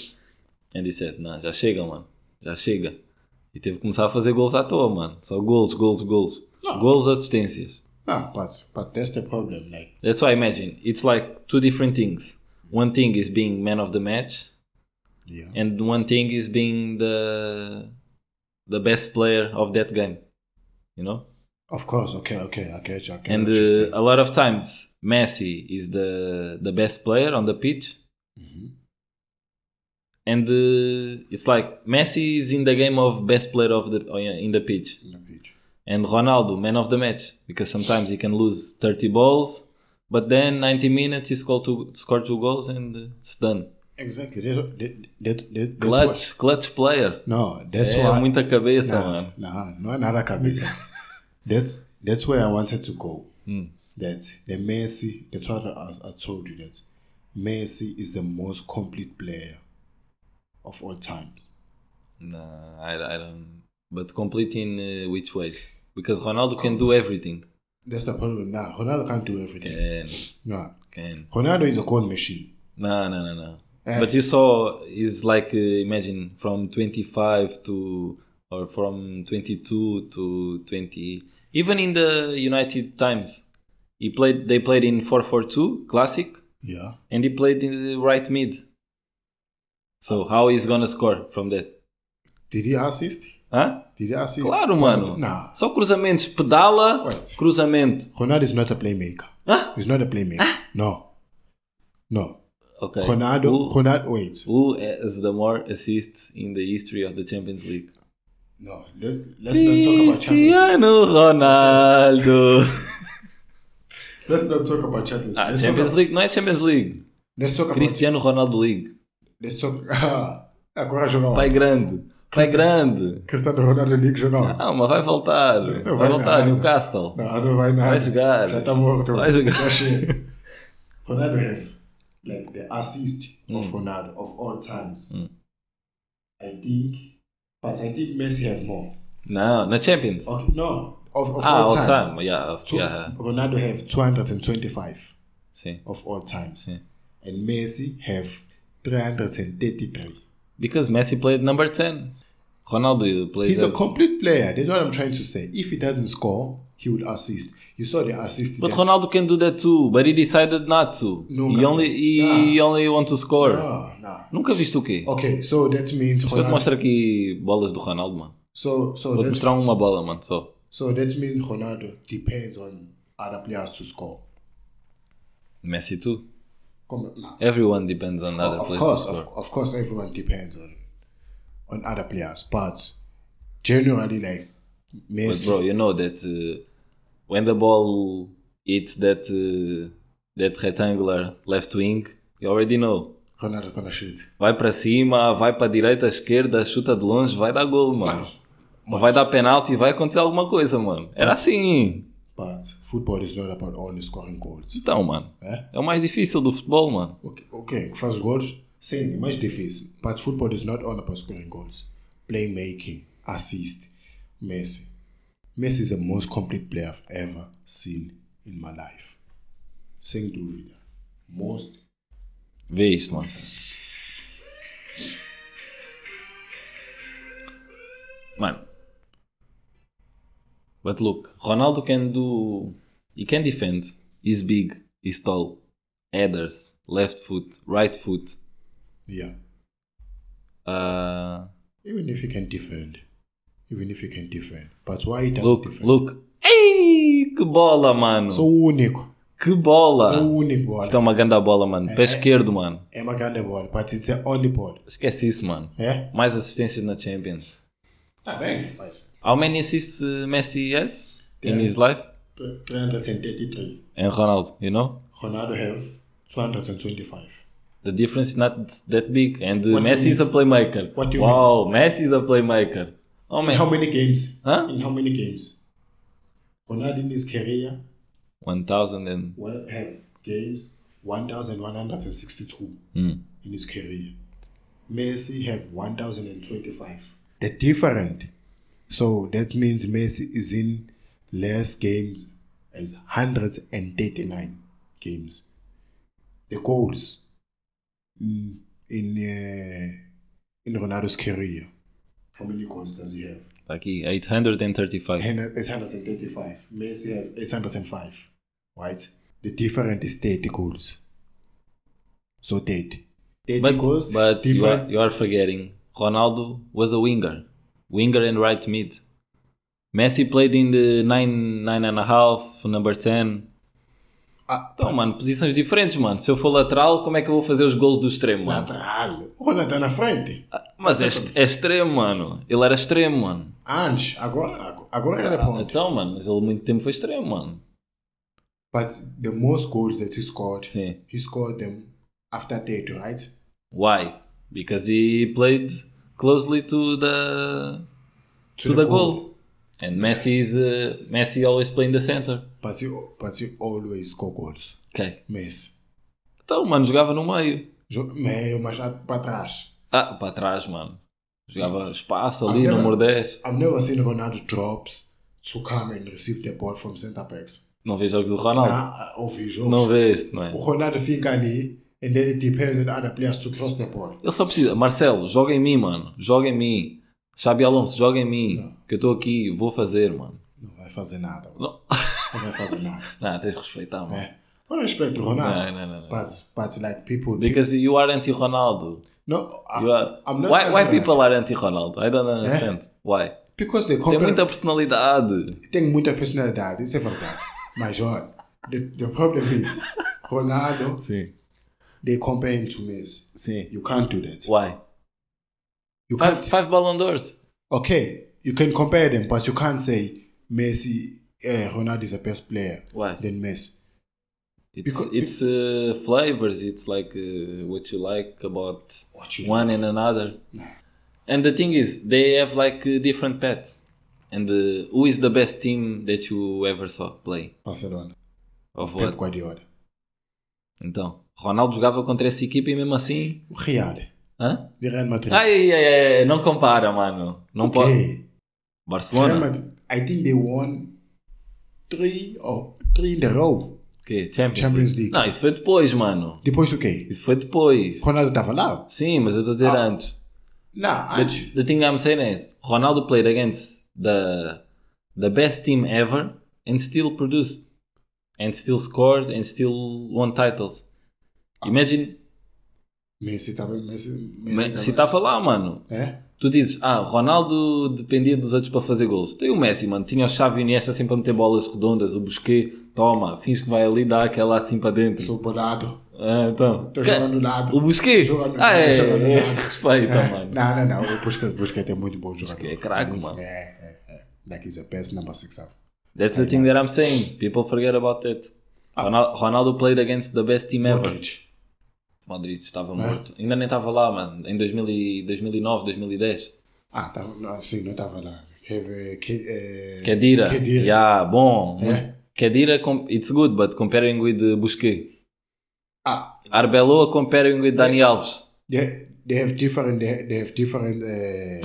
[SPEAKER 2] and he said, "Não, já chega, mano, já chega." E teve que começar a fazer gols à toa, mano. Só gols, gols, gols, gols, assistências.
[SPEAKER 3] Ah, but but that's the problem. Like
[SPEAKER 2] That's why imagine it's like two different things. One thing is being man of the match,
[SPEAKER 3] yeah,
[SPEAKER 2] and one thing is being the the best player of that game you know
[SPEAKER 3] of course. Okay, okay, I get you. I get
[SPEAKER 2] and
[SPEAKER 3] what you're saying.
[SPEAKER 2] uh, a lot of times messi is the the best player on the pitch
[SPEAKER 3] Mm-hmm.
[SPEAKER 2] and uh, it's like messi is in the game of best player of the oh, yeah, in the pitch
[SPEAKER 3] In the pitch.
[SPEAKER 2] and ronaldo man of the match because sometimes he can lose 30 balls but then 90 minutes he scored two score two goals and uh, it's done
[SPEAKER 3] Exactly. That, that, that, that, that's
[SPEAKER 2] clutch
[SPEAKER 3] what-
[SPEAKER 2] clutch player
[SPEAKER 3] no, that's
[SPEAKER 2] é
[SPEAKER 3] why.
[SPEAKER 2] muita cabeça
[SPEAKER 3] Nah,
[SPEAKER 2] mano
[SPEAKER 3] nah, no, nada cabeça. that's that's where I wanted to go.
[SPEAKER 2] Hmm.
[SPEAKER 3] That the Messi. That's what I, I told you. That Messi is the most complete player of all times.
[SPEAKER 2] No, I, I don't. But complete in uh, which way? Because Ronaldo can do everything.
[SPEAKER 3] That's the problem. Nah, Ronaldo can't do everything.
[SPEAKER 2] Can,
[SPEAKER 3] Nah,
[SPEAKER 2] can.
[SPEAKER 3] Ronaldo is a goal machine.
[SPEAKER 2] No, no, no, no.
[SPEAKER 3] Eh.
[SPEAKER 2] But you saw is like uh, imagine from 25 to or from 22 to 20. Even in the United Times, he played. They played in 4-4-2 classic,
[SPEAKER 3] Yeah.
[SPEAKER 2] and he played in the right mid. So how he's gonna score from that?
[SPEAKER 3] Did he assist?
[SPEAKER 2] Huh?
[SPEAKER 3] Did he assist?
[SPEAKER 2] Claro,
[SPEAKER 3] Was-
[SPEAKER 2] mano.
[SPEAKER 3] Nah.
[SPEAKER 2] Só cruzamentos, pedala,
[SPEAKER 3] Wait.
[SPEAKER 2] cruzamento.
[SPEAKER 3] Ronaldo is not a playmaker.
[SPEAKER 2] Huh?
[SPEAKER 3] He's not a playmaker.
[SPEAKER 2] Ah.
[SPEAKER 3] No. No.
[SPEAKER 2] Okay.
[SPEAKER 3] Ronaldo,
[SPEAKER 2] Who,
[SPEAKER 3] Ronaldo, wait.
[SPEAKER 2] who has the more assists in the history of the Champions League?
[SPEAKER 3] No, let, let's not talk about Champions
[SPEAKER 2] Ronaldo.
[SPEAKER 3] Let's not talk about Champions
[SPEAKER 2] Ah,
[SPEAKER 3] let's,
[SPEAKER 2] Champions
[SPEAKER 3] talk,
[SPEAKER 2] League não é Champions League.
[SPEAKER 3] let's talk about
[SPEAKER 2] Cristiano Ronaldo League.
[SPEAKER 3] Let's talk. Ah, agora jornal.
[SPEAKER 2] Pai grande. Pai grande.
[SPEAKER 3] Cristiano Ronaldo League jornal.
[SPEAKER 2] Não, mas vai voltar. Vai,
[SPEAKER 3] vai
[SPEAKER 2] voltar.
[SPEAKER 3] nada.
[SPEAKER 2] Newcastle.
[SPEAKER 3] Não, não vai nada.
[SPEAKER 2] Vai jogar.
[SPEAKER 3] Já tá morto.
[SPEAKER 2] Vai jogar.
[SPEAKER 3] Já chega. Ronaldo have like the assist of
[SPEAKER 2] Hmm.
[SPEAKER 3] Ronaldo of all times. I think, but I think Messi have more.
[SPEAKER 2] Não, na Champions.
[SPEAKER 3] Okay, no, of, of
[SPEAKER 2] ah,
[SPEAKER 3] all,
[SPEAKER 2] all
[SPEAKER 3] time.
[SPEAKER 2] time. Yeah, of-
[SPEAKER 3] Two-
[SPEAKER 2] yeah.
[SPEAKER 3] Ronaldo have 225
[SPEAKER 2] Sim.
[SPEAKER 3] of all times.
[SPEAKER 2] Yeah.
[SPEAKER 3] And Messi have 333.
[SPEAKER 2] Because Messi played number 10. Ronaldo plays
[SPEAKER 3] He's a
[SPEAKER 2] as-
[SPEAKER 3] complete player. That's what I'm trying to say. If he doesn't score, he would assist. You saw the assist.
[SPEAKER 2] But
[SPEAKER 3] that-
[SPEAKER 2] Ronaldo can do that too, but he decided not to.
[SPEAKER 3] No,
[SPEAKER 2] he
[SPEAKER 3] cara.
[SPEAKER 2] only he only want to score.
[SPEAKER 3] Ah, nah.
[SPEAKER 2] Nunca viste o quê?
[SPEAKER 3] Okay, so that means
[SPEAKER 2] Vou te
[SPEAKER 3] Ronaldo.
[SPEAKER 2] mostrar aqui bolas do Ronaldo, mano.
[SPEAKER 3] So so
[SPEAKER 2] Vou te
[SPEAKER 3] that
[SPEAKER 2] mostrar uma bola, mano, só.
[SPEAKER 3] so that means Ronaldo depends on other players to score.
[SPEAKER 2] Messi too.
[SPEAKER 3] Come on, nah.
[SPEAKER 2] Everyone depends on other
[SPEAKER 3] Of
[SPEAKER 2] players.
[SPEAKER 3] course,
[SPEAKER 2] to score.
[SPEAKER 3] of, of course, everyone depends on on other players, but generally, like
[SPEAKER 2] But
[SPEAKER 3] Messi,
[SPEAKER 2] bro, you know that uh, when the ball hits that uh, that rectangular left wing, you already know.
[SPEAKER 3] Ronaldo's gonna shoot.
[SPEAKER 2] Vai para cima, vai para direita, esquerda, chuta de longe, vai dar gol, mano. Ou vai dar penalti, vai acontecer alguma coisa, mano. Era assim.
[SPEAKER 3] But football is not about only scoring goals.
[SPEAKER 2] Então, mano.
[SPEAKER 3] É?
[SPEAKER 2] É o mais difícil do futebol, mano.
[SPEAKER 3] Okay, okay, first goals, sim, é mais difícil. But football is not only about scoring goals, playmaking, assist. Messi, Messi is the most complete player I've ever seen in my life, sem dúvida. Most
[SPEAKER 2] Vê isto, mano. Mano. But look, Ronaldo can do. He can defend. He's big. He's tall. Headers. Left foot. Right foot.
[SPEAKER 3] Yeah.
[SPEAKER 2] Uh,
[SPEAKER 3] Even if he can defend. Even if he can defend. But why he doesn't
[SPEAKER 2] look,
[SPEAKER 3] defend?
[SPEAKER 2] look. Ei, que bola, mano.
[SPEAKER 3] Sou o único.
[SPEAKER 2] que bola.
[SPEAKER 3] Sou o único, olha.
[SPEAKER 2] Isto é uma ganda bola, mano. Pé esquerdo, mano.
[SPEAKER 3] É uma grande bola, but it's an only board.
[SPEAKER 2] Esquece isso, mano.
[SPEAKER 3] É?
[SPEAKER 2] Mais assistências na Champions.
[SPEAKER 3] Tá bem, mas...
[SPEAKER 2] How many assists uh, Messi has in
[SPEAKER 3] Yeah.
[SPEAKER 2] his life?
[SPEAKER 3] 333.
[SPEAKER 2] And É Ronaldo, you know?
[SPEAKER 3] Ronaldo have 225.
[SPEAKER 2] The difference is not that big. And uh,
[SPEAKER 3] What do you
[SPEAKER 2] Messi is a playmaker.
[SPEAKER 3] What do you
[SPEAKER 2] wow, Messi is a playmaker. Oh,
[SPEAKER 3] In
[SPEAKER 2] man.
[SPEAKER 3] how many games?
[SPEAKER 2] Huh?
[SPEAKER 3] In how many games? Ronaldo in his career
[SPEAKER 2] 1,000 and...
[SPEAKER 3] will have games 1,162
[SPEAKER 2] Mm.
[SPEAKER 3] in his career. Messi have 1,025. They're different. So that means Messi is in less games as 139 games. The goals in in, uh, in Ronaldo's career. How many goals does he have?
[SPEAKER 2] tá Aqui, 835.
[SPEAKER 3] Hen- 835. Messi have 805. Right? The difference is 30 goals. So 30. 30
[SPEAKER 2] But,
[SPEAKER 3] goals.
[SPEAKER 2] but you, are,
[SPEAKER 3] different.
[SPEAKER 2] you are forgetting. Ronaldo was a winger. Winger and right mid. Messi played in the 9, 9 and a half, number 10.
[SPEAKER 3] Ah,
[SPEAKER 2] Então, mano, posições diferentes, mano. Se eu for lateral, como é que eu vou fazer os gols do extremo, mano?
[SPEAKER 3] Lateral. O Ronaldo tá na frente.
[SPEAKER 2] Mas é, est- é extremo, mano. Ele era extremo, mano.
[SPEAKER 3] Antes, agora, agora- agora era ponto.
[SPEAKER 2] Então, mano, mas ele muito tempo foi extremo, mano.
[SPEAKER 3] But the most goals that he scored,
[SPEAKER 2] Sim.
[SPEAKER 3] he scored them after 30, right?
[SPEAKER 2] Why? Because he played closely to the to, the, goal. And Messi is uh, Messi always playing the center.
[SPEAKER 3] But you, but you always score goals.
[SPEAKER 2] Ok.
[SPEAKER 3] Messi.
[SPEAKER 2] Então, mano, jogava no meio.
[SPEAKER 3] Jo- Meio, mas já para trás.
[SPEAKER 2] Ah, para trás, mano. Jogava espaço ali,
[SPEAKER 3] Ah,
[SPEAKER 2] número
[SPEAKER 3] cara.
[SPEAKER 2] 10.
[SPEAKER 3] I've never seen Ronaldo drops to come and receive the ball from center backs.
[SPEAKER 2] Não vês jogos do Ronaldo?
[SPEAKER 3] Ah, ah, ouvi
[SPEAKER 2] Não,
[SPEAKER 3] jogos.
[SPEAKER 2] vês, não é?
[SPEAKER 3] O Ronaldo fica ali and then it depends on other players to cross the ball.
[SPEAKER 2] Ele só precisa. Marcelo, joga em mim, mano. Joga em mim. Xabi Alonso, joga em mim. Que eu estou aqui, vou fazer, mano.
[SPEAKER 3] Não vai fazer nada. mano.
[SPEAKER 2] Não,
[SPEAKER 3] Não vai fazer nada.
[SPEAKER 2] não tens de respeitar, mano.
[SPEAKER 3] É. Com respeito,
[SPEAKER 2] Não,
[SPEAKER 3] Ronaldo.
[SPEAKER 2] não, não, não.
[SPEAKER 3] But, but like people.
[SPEAKER 2] Because you are anti-Ronaldo.
[SPEAKER 3] no, I-
[SPEAKER 2] You are...
[SPEAKER 3] Ah, I'm not
[SPEAKER 2] Why,
[SPEAKER 3] É?
[SPEAKER 2] why
[SPEAKER 3] anti-Ronaldo.
[SPEAKER 2] people are anti-Ronaldo? I don't understand. Why?
[SPEAKER 3] Because they
[SPEAKER 2] Tem
[SPEAKER 3] compare,
[SPEAKER 2] muita personalidade.
[SPEAKER 3] tem muita personalidade, isso é verdade. Mas olha, the, the problem is, Ronaldo,
[SPEAKER 2] Sim.
[SPEAKER 3] they compare him to Messi.
[SPEAKER 2] Sim.
[SPEAKER 3] You can't do that.
[SPEAKER 2] Why?
[SPEAKER 3] You can't.
[SPEAKER 2] Five, five Ballon d'Ors.
[SPEAKER 3] Okay, you can compare them, but you can't say Messi, eh, Ronaldo is the best player
[SPEAKER 2] Why?
[SPEAKER 3] than Messi.
[SPEAKER 2] It's,
[SPEAKER 3] Because-
[SPEAKER 2] it's uh, flavors. It's like uh, what you like about
[SPEAKER 3] What you
[SPEAKER 2] one and another. And the thing is, they have like uh, different pets. And uh, who is the best team that you ever saw play?
[SPEAKER 3] Barcelona.
[SPEAKER 2] Of
[SPEAKER 3] Pep
[SPEAKER 2] what?
[SPEAKER 3] Guardiola.
[SPEAKER 2] Então, Ronaldo jogava contra essa equipa e mesmo assim.
[SPEAKER 3] O Real.
[SPEAKER 2] Hã?
[SPEAKER 3] De Real Madrid.
[SPEAKER 2] Ai, ai, ai, ai, não compara, mano. Não pode.
[SPEAKER 3] Okay. Real
[SPEAKER 2] Barcelona?
[SPEAKER 3] Madrid, I think they won three or three in a row.
[SPEAKER 2] O quê? Champions,
[SPEAKER 3] Champions
[SPEAKER 2] League.
[SPEAKER 3] League.
[SPEAKER 2] Não, isso foi depois, mano.
[SPEAKER 3] Depois do quê?
[SPEAKER 2] Isso foi depois.
[SPEAKER 3] Ronaldo estava lá?
[SPEAKER 2] Sim, mas eu estou a dizer
[SPEAKER 3] Ah.
[SPEAKER 2] antes.
[SPEAKER 3] Não, antes.
[SPEAKER 2] The thing I'm saying is, Ronaldo played against the the best team ever and still produced and still scored and still won titles.
[SPEAKER 3] Ah,
[SPEAKER 2] Imagine,
[SPEAKER 3] Messi estava. Messi,
[SPEAKER 2] me-
[SPEAKER 3] Messi eh?
[SPEAKER 2] se
[SPEAKER 3] estava.
[SPEAKER 2] estava lá, mano.
[SPEAKER 3] É?
[SPEAKER 2] Tu dizes, ah, Ronaldo dependia dos outros para fazer gols. Tem o Messi, mano. Tinha o Xavi e o Iniesta sempre a meter bolas redondas. O Busquet, toma, finge que vai ali e dá aquela assim para dentro.
[SPEAKER 3] Sou bolado.
[SPEAKER 2] Ah, então.
[SPEAKER 3] Estou
[SPEAKER 2] Que-
[SPEAKER 3] jogando do lado.
[SPEAKER 2] O Busquet?
[SPEAKER 3] Jogando-
[SPEAKER 2] Ah, é,
[SPEAKER 3] jogando-
[SPEAKER 2] é, respeita,
[SPEAKER 3] É,
[SPEAKER 2] mano.
[SPEAKER 3] Não, não, não. O Busquets, Busquets é muito bom jogador.
[SPEAKER 2] é craque, mano.
[SPEAKER 3] É, é, é. Like he's the best number six out.
[SPEAKER 2] That's the thing that I'm saying. People forget about that. Ronal- Ronaldo played against the best team ever. Modric,
[SPEAKER 3] Modric.
[SPEAKER 2] estava morto. Ainda nem estava lá, mano. Em 2000 e- 2009, 2010.
[SPEAKER 3] Ah, tá, não, sim, não estava lá. Teve, eh, que, eh,
[SPEAKER 2] Kedira.
[SPEAKER 3] Khedira.
[SPEAKER 2] Yeah, bom.
[SPEAKER 3] É.
[SPEAKER 2] Kedira, com- it's good, but comparing with uh, Busquets.
[SPEAKER 3] Ah,
[SPEAKER 2] Arbeloa comparing with Dani Alves.
[SPEAKER 3] they, they have different, they, they have different eh,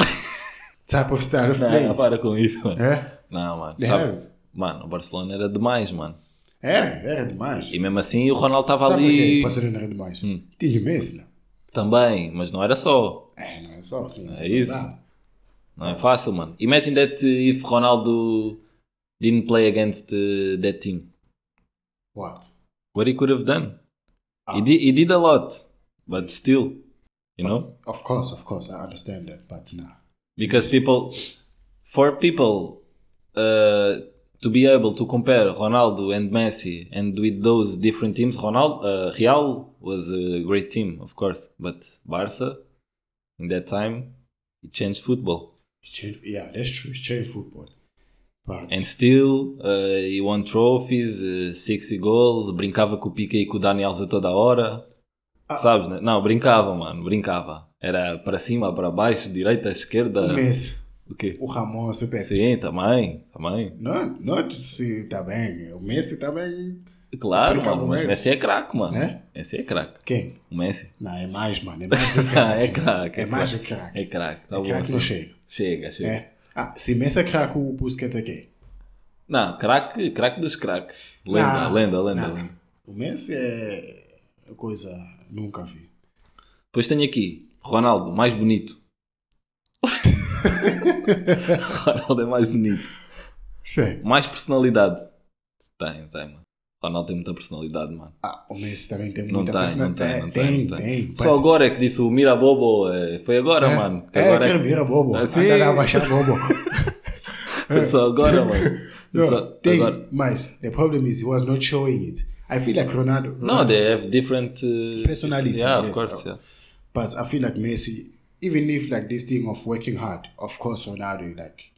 [SPEAKER 3] type of style of play.
[SPEAKER 2] Não, para com isso, mano.
[SPEAKER 3] É?
[SPEAKER 2] Não, mano.
[SPEAKER 3] They
[SPEAKER 2] sabe-
[SPEAKER 3] have.
[SPEAKER 2] Mano, o Barcelona era demais, mano.
[SPEAKER 3] Era, era demais.
[SPEAKER 2] E Hum. mesmo assim o Ronaldo estava
[SPEAKER 3] Sabe por que
[SPEAKER 2] ali
[SPEAKER 3] o Barcelona era é demais? Tinha Messi, não?
[SPEAKER 2] também, mas não era só.
[SPEAKER 3] É, não é só assim.
[SPEAKER 2] É isso.
[SPEAKER 3] Não.
[SPEAKER 2] Uh, Não é fácil, mano. Imagine that if Ronaldo didn't play against uh, that team.
[SPEAKER 3] What?
[SPEAKER 2] What he could have done.
[SPEAKER 3] Ah,
[SPEAKER 2] He, did, he did a lot, but still, you know,
[SPEAKER 3] Of course, of course, I understand that, but nah.
[SPEAKER 2] because people, for people uh, to be able to compare Ronaldo and Messi and with those different teams, Ronaldo, uh, Real was a great team, of course, but Barca, in that time, it changed football.
[SPEAKER 3] It's change, yeah, that's true. It's change football. But
[SPEAKER 2] And still, uh, he won trophies, uh, 60 goals, brincava com o Piqué e com o Dani Alves a toda a hora.
[SPEAKER 3] Ah.
[SPEAKER 2] Sabes, né? Não, brincava, mano, brincava. Era para cima, para baixo, direita, esquerda.
[SPEAKER 3] o Messi,
[SPEAKER 2] O quê?
[SPEAKER 3] o Ramon é super.
[SPEAKER 2] Sim, também, também.
[SPEAKER 3] Não, não se também. O Messi tá também.
[SPEAKER 2] Claro,
[SPEAKER 3] Brinca
[SPEAKER 2] mano,
[SPEAKER 3] com
[SPEAKER 2] mas
[SPEAKER 3] eles.
[SPEAKER 2] Messi é craque, mano.
[SPEAKER 3] É?
[SPEAKER 2] Messi é craque.
[SPEAKER 3] Quem?
[SPEAKER 2] O Messi
[SPEAKER 3] Não, é mais, mano. É mais do craque.
[SPEAKER 2] É craque, é
[SPEAKER 3] É mais do
[SPEAKER 2] craque.
[SPEAKER 3] craque.
[SPEAKER 2] é craque, tá
[SPEAKER 3] É
[SPEAKER 2] bom.
[SPEAKER 3] craque não
[SPEAKER 2] assim.
[SPEAKER 3] chega.
[SPEAKER 2] Chega, chega.
[SPEAKER 3] É. Ah, se Messi é craque, o Busquets é quem?
[SPEAKER 2] Não, craque, craque dos craques. Lenda,
[SPEAKER 3] Não,
[SPEAKER 2] lenda, lenda,
[SPEAKER 3] não.
[SPEAKER 2] lenda.
[SPEAKER 3] O Messi é coisa nunca vi.
[SPEAKER 2] Depois tenho aqui Ronaldo, mais bonito. Ronaldo é mais bonito.
[SPEAKER 3] Sim.
[SPEAKER 2] Mais personalidade. Tem, tem, mano. Ronaldo tem muita personalidade, mano.
[SPEAKER 3] Ah, o Messi também tem
[SPEAKER 2] Não
[SPEAKER 3] muita né? É,
[SPEAKER 2] tem, não tem, não tem.
[SPEAKER 3] tem,
[SPEAKER 2] não
[SPEAKER 3] tem.
[SPEAKER 2] tem. Só agora é que disse o Mirabobo. eh, Foi agora,
[SPEAKER 3] É,
[SPEAKER 2] mano. que
[SPEAKER 3] É,
[SPEAKER 2] agora
[SPEAKER 3] quero
[SPEAKER 2] que-
[SPEAKER 3] vir a bobo.
[SPEAKER 2] Ah, sim.
[SPEAKER 3] Anda lá baixar bobo.
[SPEAKER 2] Só agora, mano.
[SPEAKER 3] No,
[SPEAKER 2] Só
[SPEAKER 3] thing,
[SPEAKER 2] agora.
[SPEAKER 3] Mas the problem is he was not showing it. I feel like Ronaldo.
[SPEAKER 2] No, they have different uh,
[SPEAKER 3] Personality,
[SPEAKER 2] Yeah, of
[SPEAKER 3] yes.
[SPEAKER 2] course. Yeah.
[SPEAKER 3] But I feel like Messi, even if like this thing of working hard, of course Ronaldo like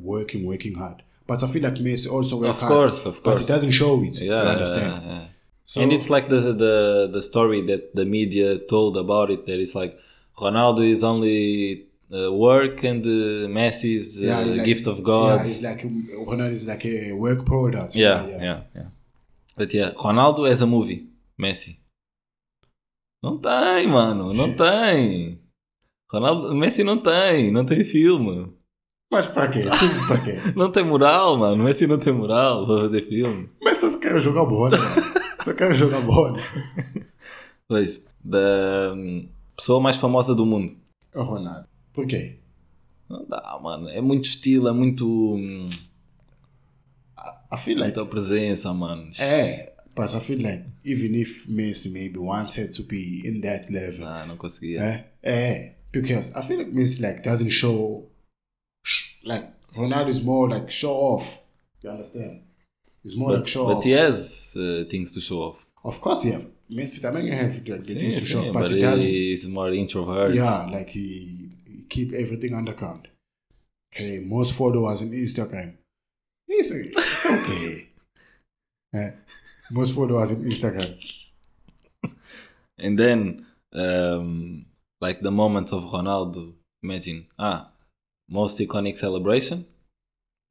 [SPEAKER 3] working, working hard. But I feel like Messi also work
[SPEAKER 2] Of
[SPEAKER 3] hard.
[SPEAKER 2] course, of
[SPEAKER 3] But
[SPEAKER 2] course.
[SPEAKER 3] he doesn't show it.
[SPEAKER 2] Yeah,
[SPEAKER 3] you understand?
[SPEAKER 2] yeah, yeah.
[SPEAKER 3] So
[SPEAKER 2] and it's like the, the the story that the media told about it. That it's like Ronaldo is only uh, work and uh, Messi is uh,
[SPEAKER 3] yeah, it's like-
[SPEAKER 2] gift of God.
[SPEAKER 3] Yeah, it's like Ronaldo is like a work product.
[SPEAKER 2] Yeah, yeah, yeah, But yeah, Ronaldo as a movie, Messi. Não tem, mano, não tem. Ronaldo, Messi não tem, não tem filme.
[SPEAKER 3] Mas para quê? Tudo para quê?
[SPEAKER 2] Não tem moral, mano. Messi não tem moral para fazer filme.
[SPEAKER 3] Mas só quero jogar bola. mano. Só quero jogar bola.
[SPEAKER 2] Pois, da hum, pessoa mais famosa do mundo.
[SPEAKER 3] É o Ronaldo. Por quê?
[SPEAKER 2] Não dá, mano. É muito estilo, é muito. hum,
[SPEAKER 3] I feel like
[SPEAKER 2] Muita presença, mano.
[SPEAKER 3] Eh, but I feel like even if Messi maybe wanted to be in that level,
[SPEAKER 2] Não, não conseguia.
[SPEAKER 3] eh, eh, because I feel like Messi like doesn't show, sh- like Ronaldo is more like show off. You understand? It's more like show
[SPEAKER 2] But
[SPEAKER 3] off.
[SPEAKER 2] he has uh, things to show off.
[SPEAKER 3] Of course, yeah. Messi também have the, the
[SPEAKER 2] Sim,
[SPEAKER 3] things to show
[SPEAKER 2] sim,
[SPEAKER 3] off,
[SPEAKER 2] but
[SPEAKER 3] but he doesn't.
[SPEAKER 2] he is more introvert.
[SPEAKER 3] Yeah, like he, he keep everything underground. Okay, most followers in Instagram. It's, it's okay. eh, most followers in Instagram.
[SPEAKER 2] And then, um, like the moments of Ronaldo, imagine, ah, most iconic celebration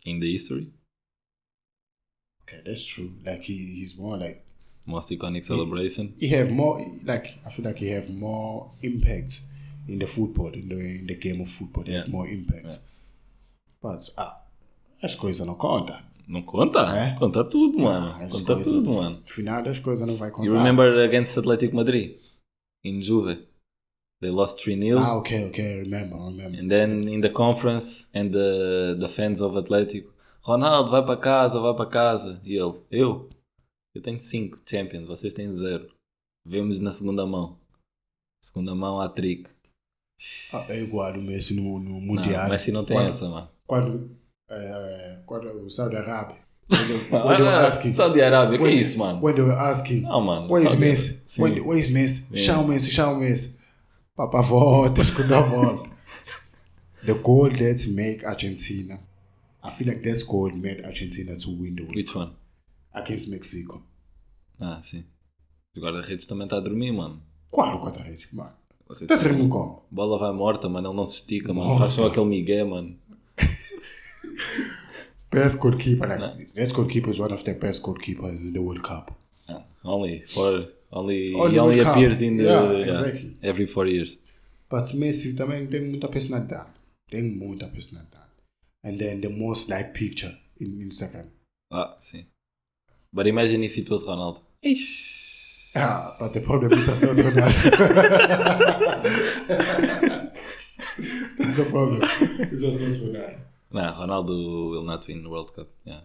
[SPEAKER 2] in the history.
[SPEAKER 3] Okay, that's true. Like he, he's more like
[SPEAKER 2] Most iconic celebration.
[SPEAKER 3] he have more like I feel like he have more impact in the football in the in the game of football. He have
[SPEAKER 2] Yeah.
[SPEAKER 3] more impact. But ah, as coisas não conta.
[SPEAKER 2] Não conta?
[SPEAKER 3] É?
[SPEAKER 2] Conta tudo, mano.
[SPEAKER 3] Ah, as
[SPEAKER 2] conta
[SPEAKER 3] coisas-
[SPEAKER 2] tudo, mano.
[SPEAKER 3] No final das coisas não vai contar.
[SPEAKER 2] You remember against Athletic Madrid in Juve? They lost 3 0.
[SPEAKER 3] Ah, okay, okay. I Remember, I remember.
[SPEAKER 2] And then in the conference and the, the fans of Atlético, Ronaldo, vai para casa, vai para casa. E ele, eu? Eu tenho 5 Champions, vocês têm 0. Vemos na segunda mão. Segunda mão a trick.
[SPEAKER 3] Ah, é igual o Messi no, no
[SPEAKER 2] Não,
[SPEAKER 3] mundial.
[SPEAKER 2] Messi não tem
[SPEAKER 3] quando,
[SPEAKER 2] essa, mano.
[SPEAKER 3] Quando eh, quando o Saudi Arabia. When they, when they were
[SPEAKER 2] Ah,
[SPEAKER 3] asking.
[SPEAKER 2] Saudi Arábia, que é
[SPEAKER 3] when-
[SPEAKER 2] isso, mano?
[SPEAKER 3] When they were asking.
[SPEAKER 2] Não, mano.
[SPEAKER 3] Where is
[SPEAKER 2] Saudi-
[SPEAKER 3] Messi?
[SPEAKER 2] Sim.
[SPEAKER 3] Where, where is Messi? Chama o Messi, chama o Messi. Papa volta, escuta a bola. The goal that make Argentina, I feel like that goal made Argentina to win the world
[SPEAKER 2] Which one?
[SPEAKER 3] against Mexico.
[SPEAKER 2] Ah, sim. O guarda-redes também está a dormir, mano.
[SPEAKER 3] Qual o quadrante, mano?
[SPEAKER 2] O
[SPEAKER 3] Tá
[SPEAKER 2] guarda-redes-
[SPEAKER 3] tremendo como?
[SPEAKER 2] A bola vai morta, mano. Ele não se estica, mano.
[SPEAKER 3] Morta.
[SPEAKER 2] Faz só aquele migué, mano.
[SPEAKER 3] Best goalkeeper, like, that goalkeeper is one of the best goalkeepers in the World Cup.
[SPEAKER 2] Ah, Only for only,
[SPEAKER 3] Only
[SPEAKER 2] he only
[SPEAKER 3] World Cup.
[SPEAKER 2] appears in the
[SPEAKER 3] Yeah, exactly.
[SPEAKER 2] every four years.
[SPEAKER 3] But Messi também tem muita personalidade. Tem muita personalidade. And then the most liked picture in Instagram.
[SPEAKER 2] Ah, sim. But imagine if it was Ronaldo. Ixi.
[SPEAKER 3] Yeah, Uh, but the problem is just not Ronaldo. That's the problem. It's just not Ronaldo.
[SPEAKER 2] Nah, Ronaldo will not win World Cup. Yeah.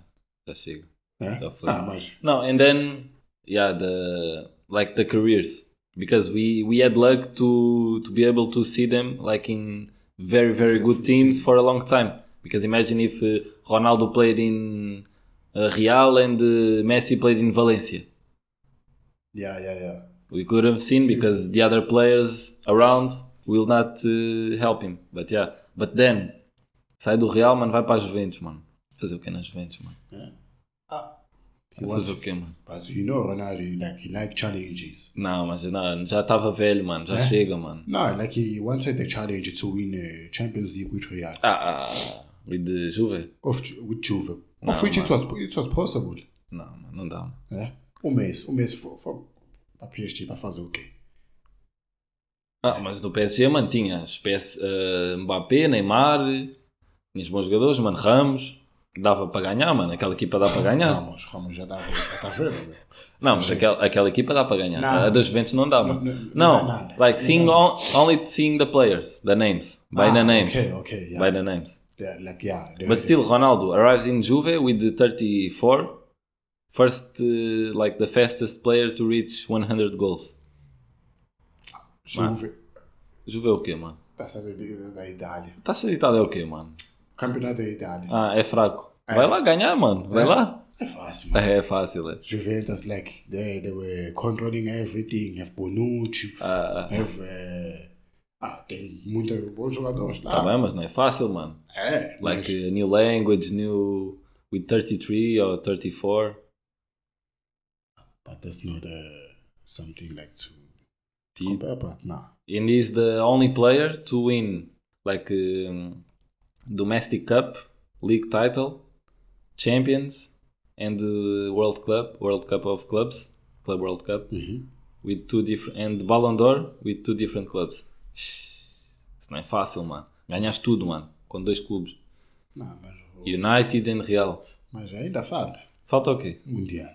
[SPEAKER 2] Já chega.
[SPEAKER 3] Yeah?
[SPEAKER 2] Já foi.
[SPEAKER 3] Ah, mas
[SPEAKER 2] No, and then yeah, the like the careers because we we had luck to to be able to see them like in very very good teams for a long time. Because imagine if uh, Ronaldo played in uh, Real and uh, Messi played in Valencia,
[SPEAKER 3] yeah, yeah, yeah.
[SPEAKER 2] we could have seen because the other players around will not uh, help him. But yeah, but then sai do Real, mano, vai para a Juventus, mano. Fazer o que na Juventus, mano?
[SPEAKER 3] He
[SPEAKER 2] Vai Fazer
[SPEAKER 3] wants-
[SPEAKER 2] o que, mano?
[SPEAKER 3] but you know Ronaldo, like he like challenges.
[SPEAKER 2] Não, mas não, já estava velho, mano. Já chega, mano.
[SPEAKER 3] No, like he wanted the challenge to win uh, Champions League with Real,
[SPEAKER 2] Ah, ah, ah, with the Juve?
[SPEAKER 3] of Ju- with Juve, of which it was it was possible.
[SPEAKER 2] Não, mano, não dá. mano.
[SPEAKER 3] Yeah? Um mês, um mês for, for a PhD para fazer o quê?
[SPEAKER 2] Ah, mas no PSG, mano, tinhas PS, eh, Mbappé, Neymar, tinhas bons jogadores, mano, Ramos, dava para ganhar, mano, aquela equipa dá para ganhar.
[SPEAKER 3] Ramos, Ramos já dá, já tá vendo, velho.
[SPEAKER 2] Não, mas aquela, aquela equipa dá para ganhar.
[SPEAKER 3] Não.
[SPEAKER 2] A das Juventus não dá, mano.
[SPEAKER 3] Não, não,
[SPEAKER 2] Não,
[SPEAKER 3] não dá nada.
[SPEAKER 2] like, seeing on- only seeing the players, the names, by
[SPEAKER 3] Ah,
[SPEAKER 2] the names,
[SPEAKER 3] Okay, okay, yeah.
[SPEAKER 2] by the names.
[SPEAKER 3] Yeah, like, yeah, the-
[SPEAKER 2] But still, Ronaldo arrives in Juve with the 34, first, eh, like, the fastest player to reach 100 goals.
[SPEAKER 3] Juve,
[SPEAKER 2] Juve é o quê, mano?
[SPEAKER 3] tá sabendo da Itália.
[SPEAKER 2] Taça de Itália é o quê, mano?
[SPEAKER 3] Campeonato da Itália.
[SPEAKER 2] Ah, é fraco. Vai lá ganhar, mano. Vai lá.
[SPEAKER 3] É fácil, mano.
[SPEAKER 2] É, é fácil, é.
[SPEAKER 3] Juventus, like, they, they were controlling everything. Have Bonucci,
[SPEAKER 2] Ah,
[SPEAKER 3] have... eh, ah, tem muitos bons jogadores lá.
[SPEAKER 2] tá bem, mas não é fácil, mano.
[SPEAKER 3] É,
[SPEAKER 2] Like
[SPEAKER 3] mas,
[SPEAKER 2] uh, new language, new with 33 or 34.
[SPEAKER 3] but that's not eh, something like to
[SPEAKER 2] Tipo.
[SPEAKER 3] compare, but nah.
[SPEAKER 2] And he's the only player to win like um, domestic cup, league title, champions and uh, World Cup, World Cup of clubs, Club World Cup
[SPEAKER 3] Uhum.
[SPEAKER 2] with two different and Ballon d'Or with two different clubs. Isso não é fácil, mano. Ganhaste tudo, mano, com dois clubes.
[SPEAKER 3] Não, mas, o-
[SPEAKER 2] United and Real.
[SPEAKER 3] mas ainda falta.
[SPEAKER 2] Falta o quê?
[SPEAKER 3] Mundial.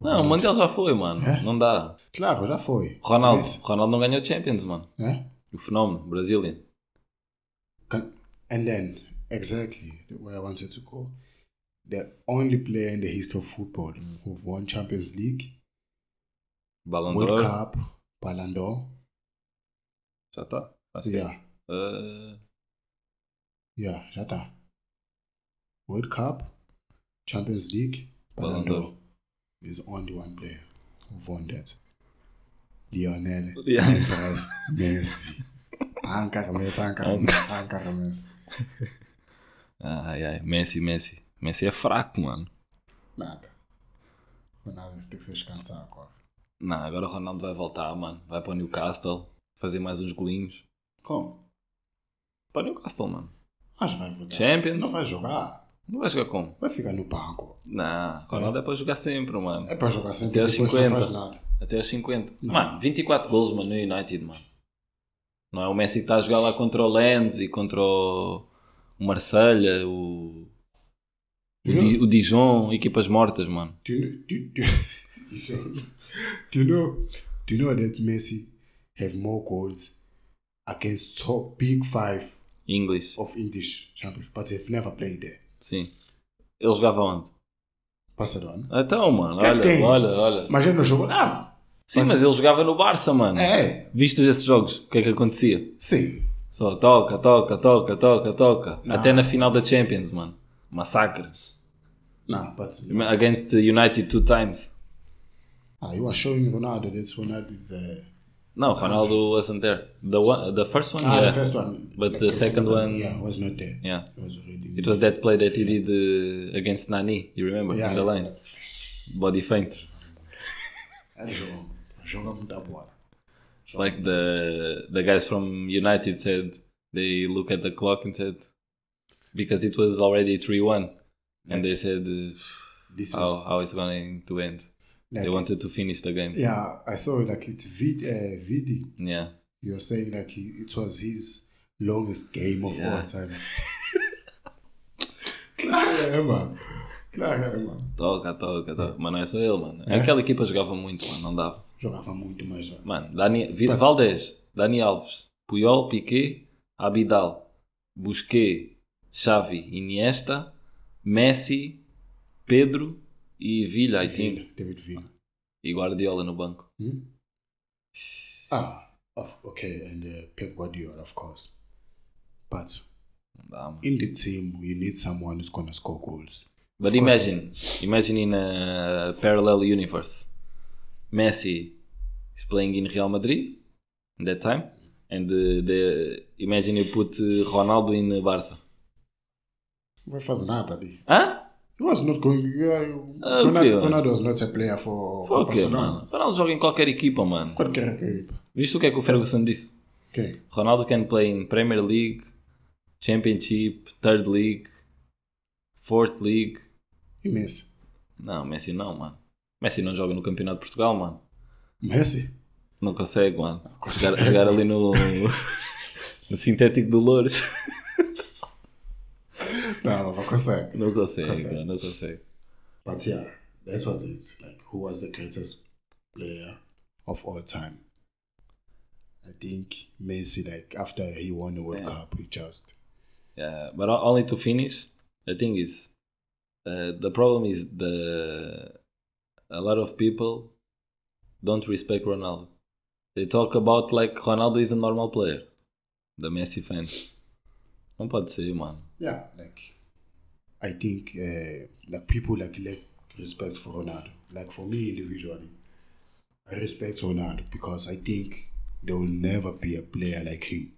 [SPEAKER 2] Não, o
[SPEAKER 3] Uhum.
[SPEAKER 2] Mundial já foi, mano.
[SPEAKER 3] É?
[SPEAKER 2] Não dá.
[SPEAKER 3] Claro, já foi.
[SPEAKER 2] Ronaldo.
[SPEAKER 3] Mas,
[SPEAKER 2] Ronaldo não ganhou Champions, mano.
[SPEAKER 3] né?
[SPEAKER 2] O fenómeno, Brazilian.
[SPEAKER 3] Eh? Can- And then, exactly where I wanted to go. The only player in the history of football who've won Champions League,
[SPEAKER 2] Ballon
[SPEAKER 3] World
[SPEAKER 2] d'Or.
[SPEAKER 3] Cup, Ballon d'Or.
[SPEAKER 2] Já está. Acho que.
[SPEAKER 3] Yeah,
[SPEAKER 2] Uh,
[SPEAKER 3] yeah, já tá. World Cup, Champions League,
[SPEAKER 2] Ballon
[SPEAKER 3] Ballon d'Or. There's only one player who've won that. Lionel
[SPEAKER 2] Yeah.
[SPEAKER 3] Andres Messi. Anca Messi, Anca Messi, Anca Messi.
[SPEAKER 2] ah, ai, ai. Messi, Messi. Messi é fraco, mano.
[SPEAKER 3] Nada. Ronaldo tem que se descansar agora.
[SPEAKER 2] Não, agora o Ronaldo vai voltar, mano. Vai para o Newcastle. Fazer mais uns golinhos.
[SPEAKER 3] Como?
[SPEAKER 2] Para o Newcastle, mano.
[SPEAKER 3] Mas vai voltar.
[SPEAKER 2] Champions.
[SPEAKER 3] Não vai jogar.
[SPEAKER 2] Não vai jogar como?
[SPEAKER 3] Vai ficar no banco.
[SPEAKER 2] Não, Ronaldo é, para jogar sempre, mano.
[SPEAKER 3] É para jogar
[SPEAKER 2] Até
[SPEAKER 3] sempre
[SPEAKER 2] aos
[SPEAKER 3] depois não
[SPEAKER 2] 50.
[SPEAKER 3] faz nada.
[SPEAKER 2] Até aos 50. Mano, 24 gols, mano, no United, mano. Não é o Messi que está a jogar lá contra o Lens e contra o o Marselha, o, o,
[SPEAKER 3] Viu?
[SPEAKER 2] Di- o Dijon, equipas mortas, mano.
[SPEAKER 3] Do you, know- do, you- do, you- do you know do you know that Messi have more goals against top big five
[SPEAKER 2] English,
[SPEAKER 3] of English champions, but they've never played there.
[SPEAKER 2] sim. Ele jogava onde?
[SPEAKER 3] Barcelona.
[SPEAKER 2] Então, mano,
[SPEAKER 3] Quem
[SPEAKER 2] olha,
[SPEAKER 3] tem?
[SPEAKER 2] olha, olha.
[SPEAKER 3] Mas ele não jogou nada.
[SPEAKER 2] Sim, mas ele jogava no Barça, mano.
[SPEAKER 3] um- É,
[SPEAKER 2] Vistos esses jogos, o que é que acontecia?
[SPEAKER 3] sim.
[SPEAKER 2] Só toca, toca, toca, toca, toca.
[SPEAKER 3] Não.
[SPEAKER 2] Até na final da Champions, mano. Massacre.
[SPEAKER 3] Não, but
[SPEAKER 2] Against the United two times.
[SPEAKER 3] ah, you are showing Ronaldo that Ronaldo is uh,
[SPEAKER 2] No, Ronaldo wasn't there. The one, the first one,
[SPEAKER 3] ah,
[SPEAKER 2] yeah.
[SPEAKER 3] the first one.
[SPEAKER 2] But
[SPEAKER 3] Like
[SPEAKER 2] the second one-
[SPEAKER 3] yeah, was not there.
[SPEAKER 2] Yeah.
[SPEAKER 3] It was already
[SPEAKER 2] It was that play that he did uh, against Nani, you remember,
[SPEAKER 3] Yeah,
[SPEAKER 2] in the
[SPEAKER 3] yeah.
[SPEAKER 2] line. Body feint.
[SPEAKER 3] Ele jogou, jogou muita bola.
[SPEAKER 2] Like the the guys from United said, they look at the clock and said, because it was already 3 1. And they said, uh,
[SPEAKER 3] This was
[SPEAKER 2] how, how it's going to end. They
[SPEAKER 3] like-
[SPEAKER 2] wanted to finish the game.
[SPEAKER 3] yeah, I saw like it's Vid, uh, Vidi.
[SPEAKER 2] Yeah.
[SPEAKER 3] You were saying like he, it was his longest game of
[SPEAKER 2] Yeah.
[SPEAKER 3] all time. claro, é, mano. Claro, é, mano.
[SPEAKER 2] Toca, toca, toca. Mas não é só ele, mano. Aquela equipa jogava muito, mano. Não dava.
[SPEAKER 3] Jogava muito mais. mano.
[SPEAKER 2] Mano, Dani, Vi- Valdez, Dani Alves, Puyol, Piqué, Abidal, Busquet, Xavi, Iniesta, Messi, Pedro e Villa, I think.
[SPEAKER 3] David Villa.
[SPEAKER 2] E Guardiola no banco.
[SPEAKER 3] Hmm? Ah, of, okay, and uh, Pep Guardiola, of course. But
[SPEAKER 2] Não dá, mano.
[SPEAKER 3] in the team, you need someone who's gonna score goals.
[SPEAKER 2] But imagine, imagine in a parallel universe, Messi is playing in Real Madrid in that time, and uh, the, imagine you put uh, Ronaldo in uh, Barça.
[SPEAKER 3] Well, first, not that he
[SPEAKER 2] Hã?
[SPEAKER 3] he was not going. Yeah,
[SPEAKER 2] okay,
[SPEAKER 3] Ronaldo, Ronaldo was not a player for, for
[SPEAKER 2] Fuck it, mano.
[SPEAKER 3] Barcelona.
[SPEAKER 2] Ronaldo joga em qualquer equipa, mano.
[SPEAKER 3] Qualquer equipe.
[SPEAKER 2] Viste o que é que o Ferguson disse?
[SPEAKER 3] Okay.
[SPEAKER 2] Ronaldo can play in Premier League, Championship, Third League, Fourth League.
[SPEAKER 3] E Messi?
[SPEAKER 2] Não, Messi não, mano. Messi não joga no Campeonato de Portugal, mano.
[SPEAKER 3] Messi?
[SPEAKER 2] Não consegue, mano.
[SPEAKER 3] consegue.
[SPEAKER 2] Jogar, jogar ali no, no sintético do Loures.
[SPEAKER 3] Não, não consegue.
[SPEAKER 2] Não consegue,
[SPEAKER 3] Consegue.
[SPEAKER 2] mano, não consegue.
[SPEAKER 3] But yeah, that's what it is. Like, who was the greatest player of all time? I think Messi, like, after he won the World Cup, he just.
[SPEAKER 2] Yeah, but o- only to finish, the thing is, uh, the problem is the a lot of people don't respect Ronaldo. They talk about like Ronaldo is a normal player. The Messi fans. Não pode ser, mano.
[SPEAKER 3] Yeah, like, I think, uh, like, people, like, lack respect for Ronaldo. Like, for me individually, I respect Ronaldo because I think there will never be a player like him.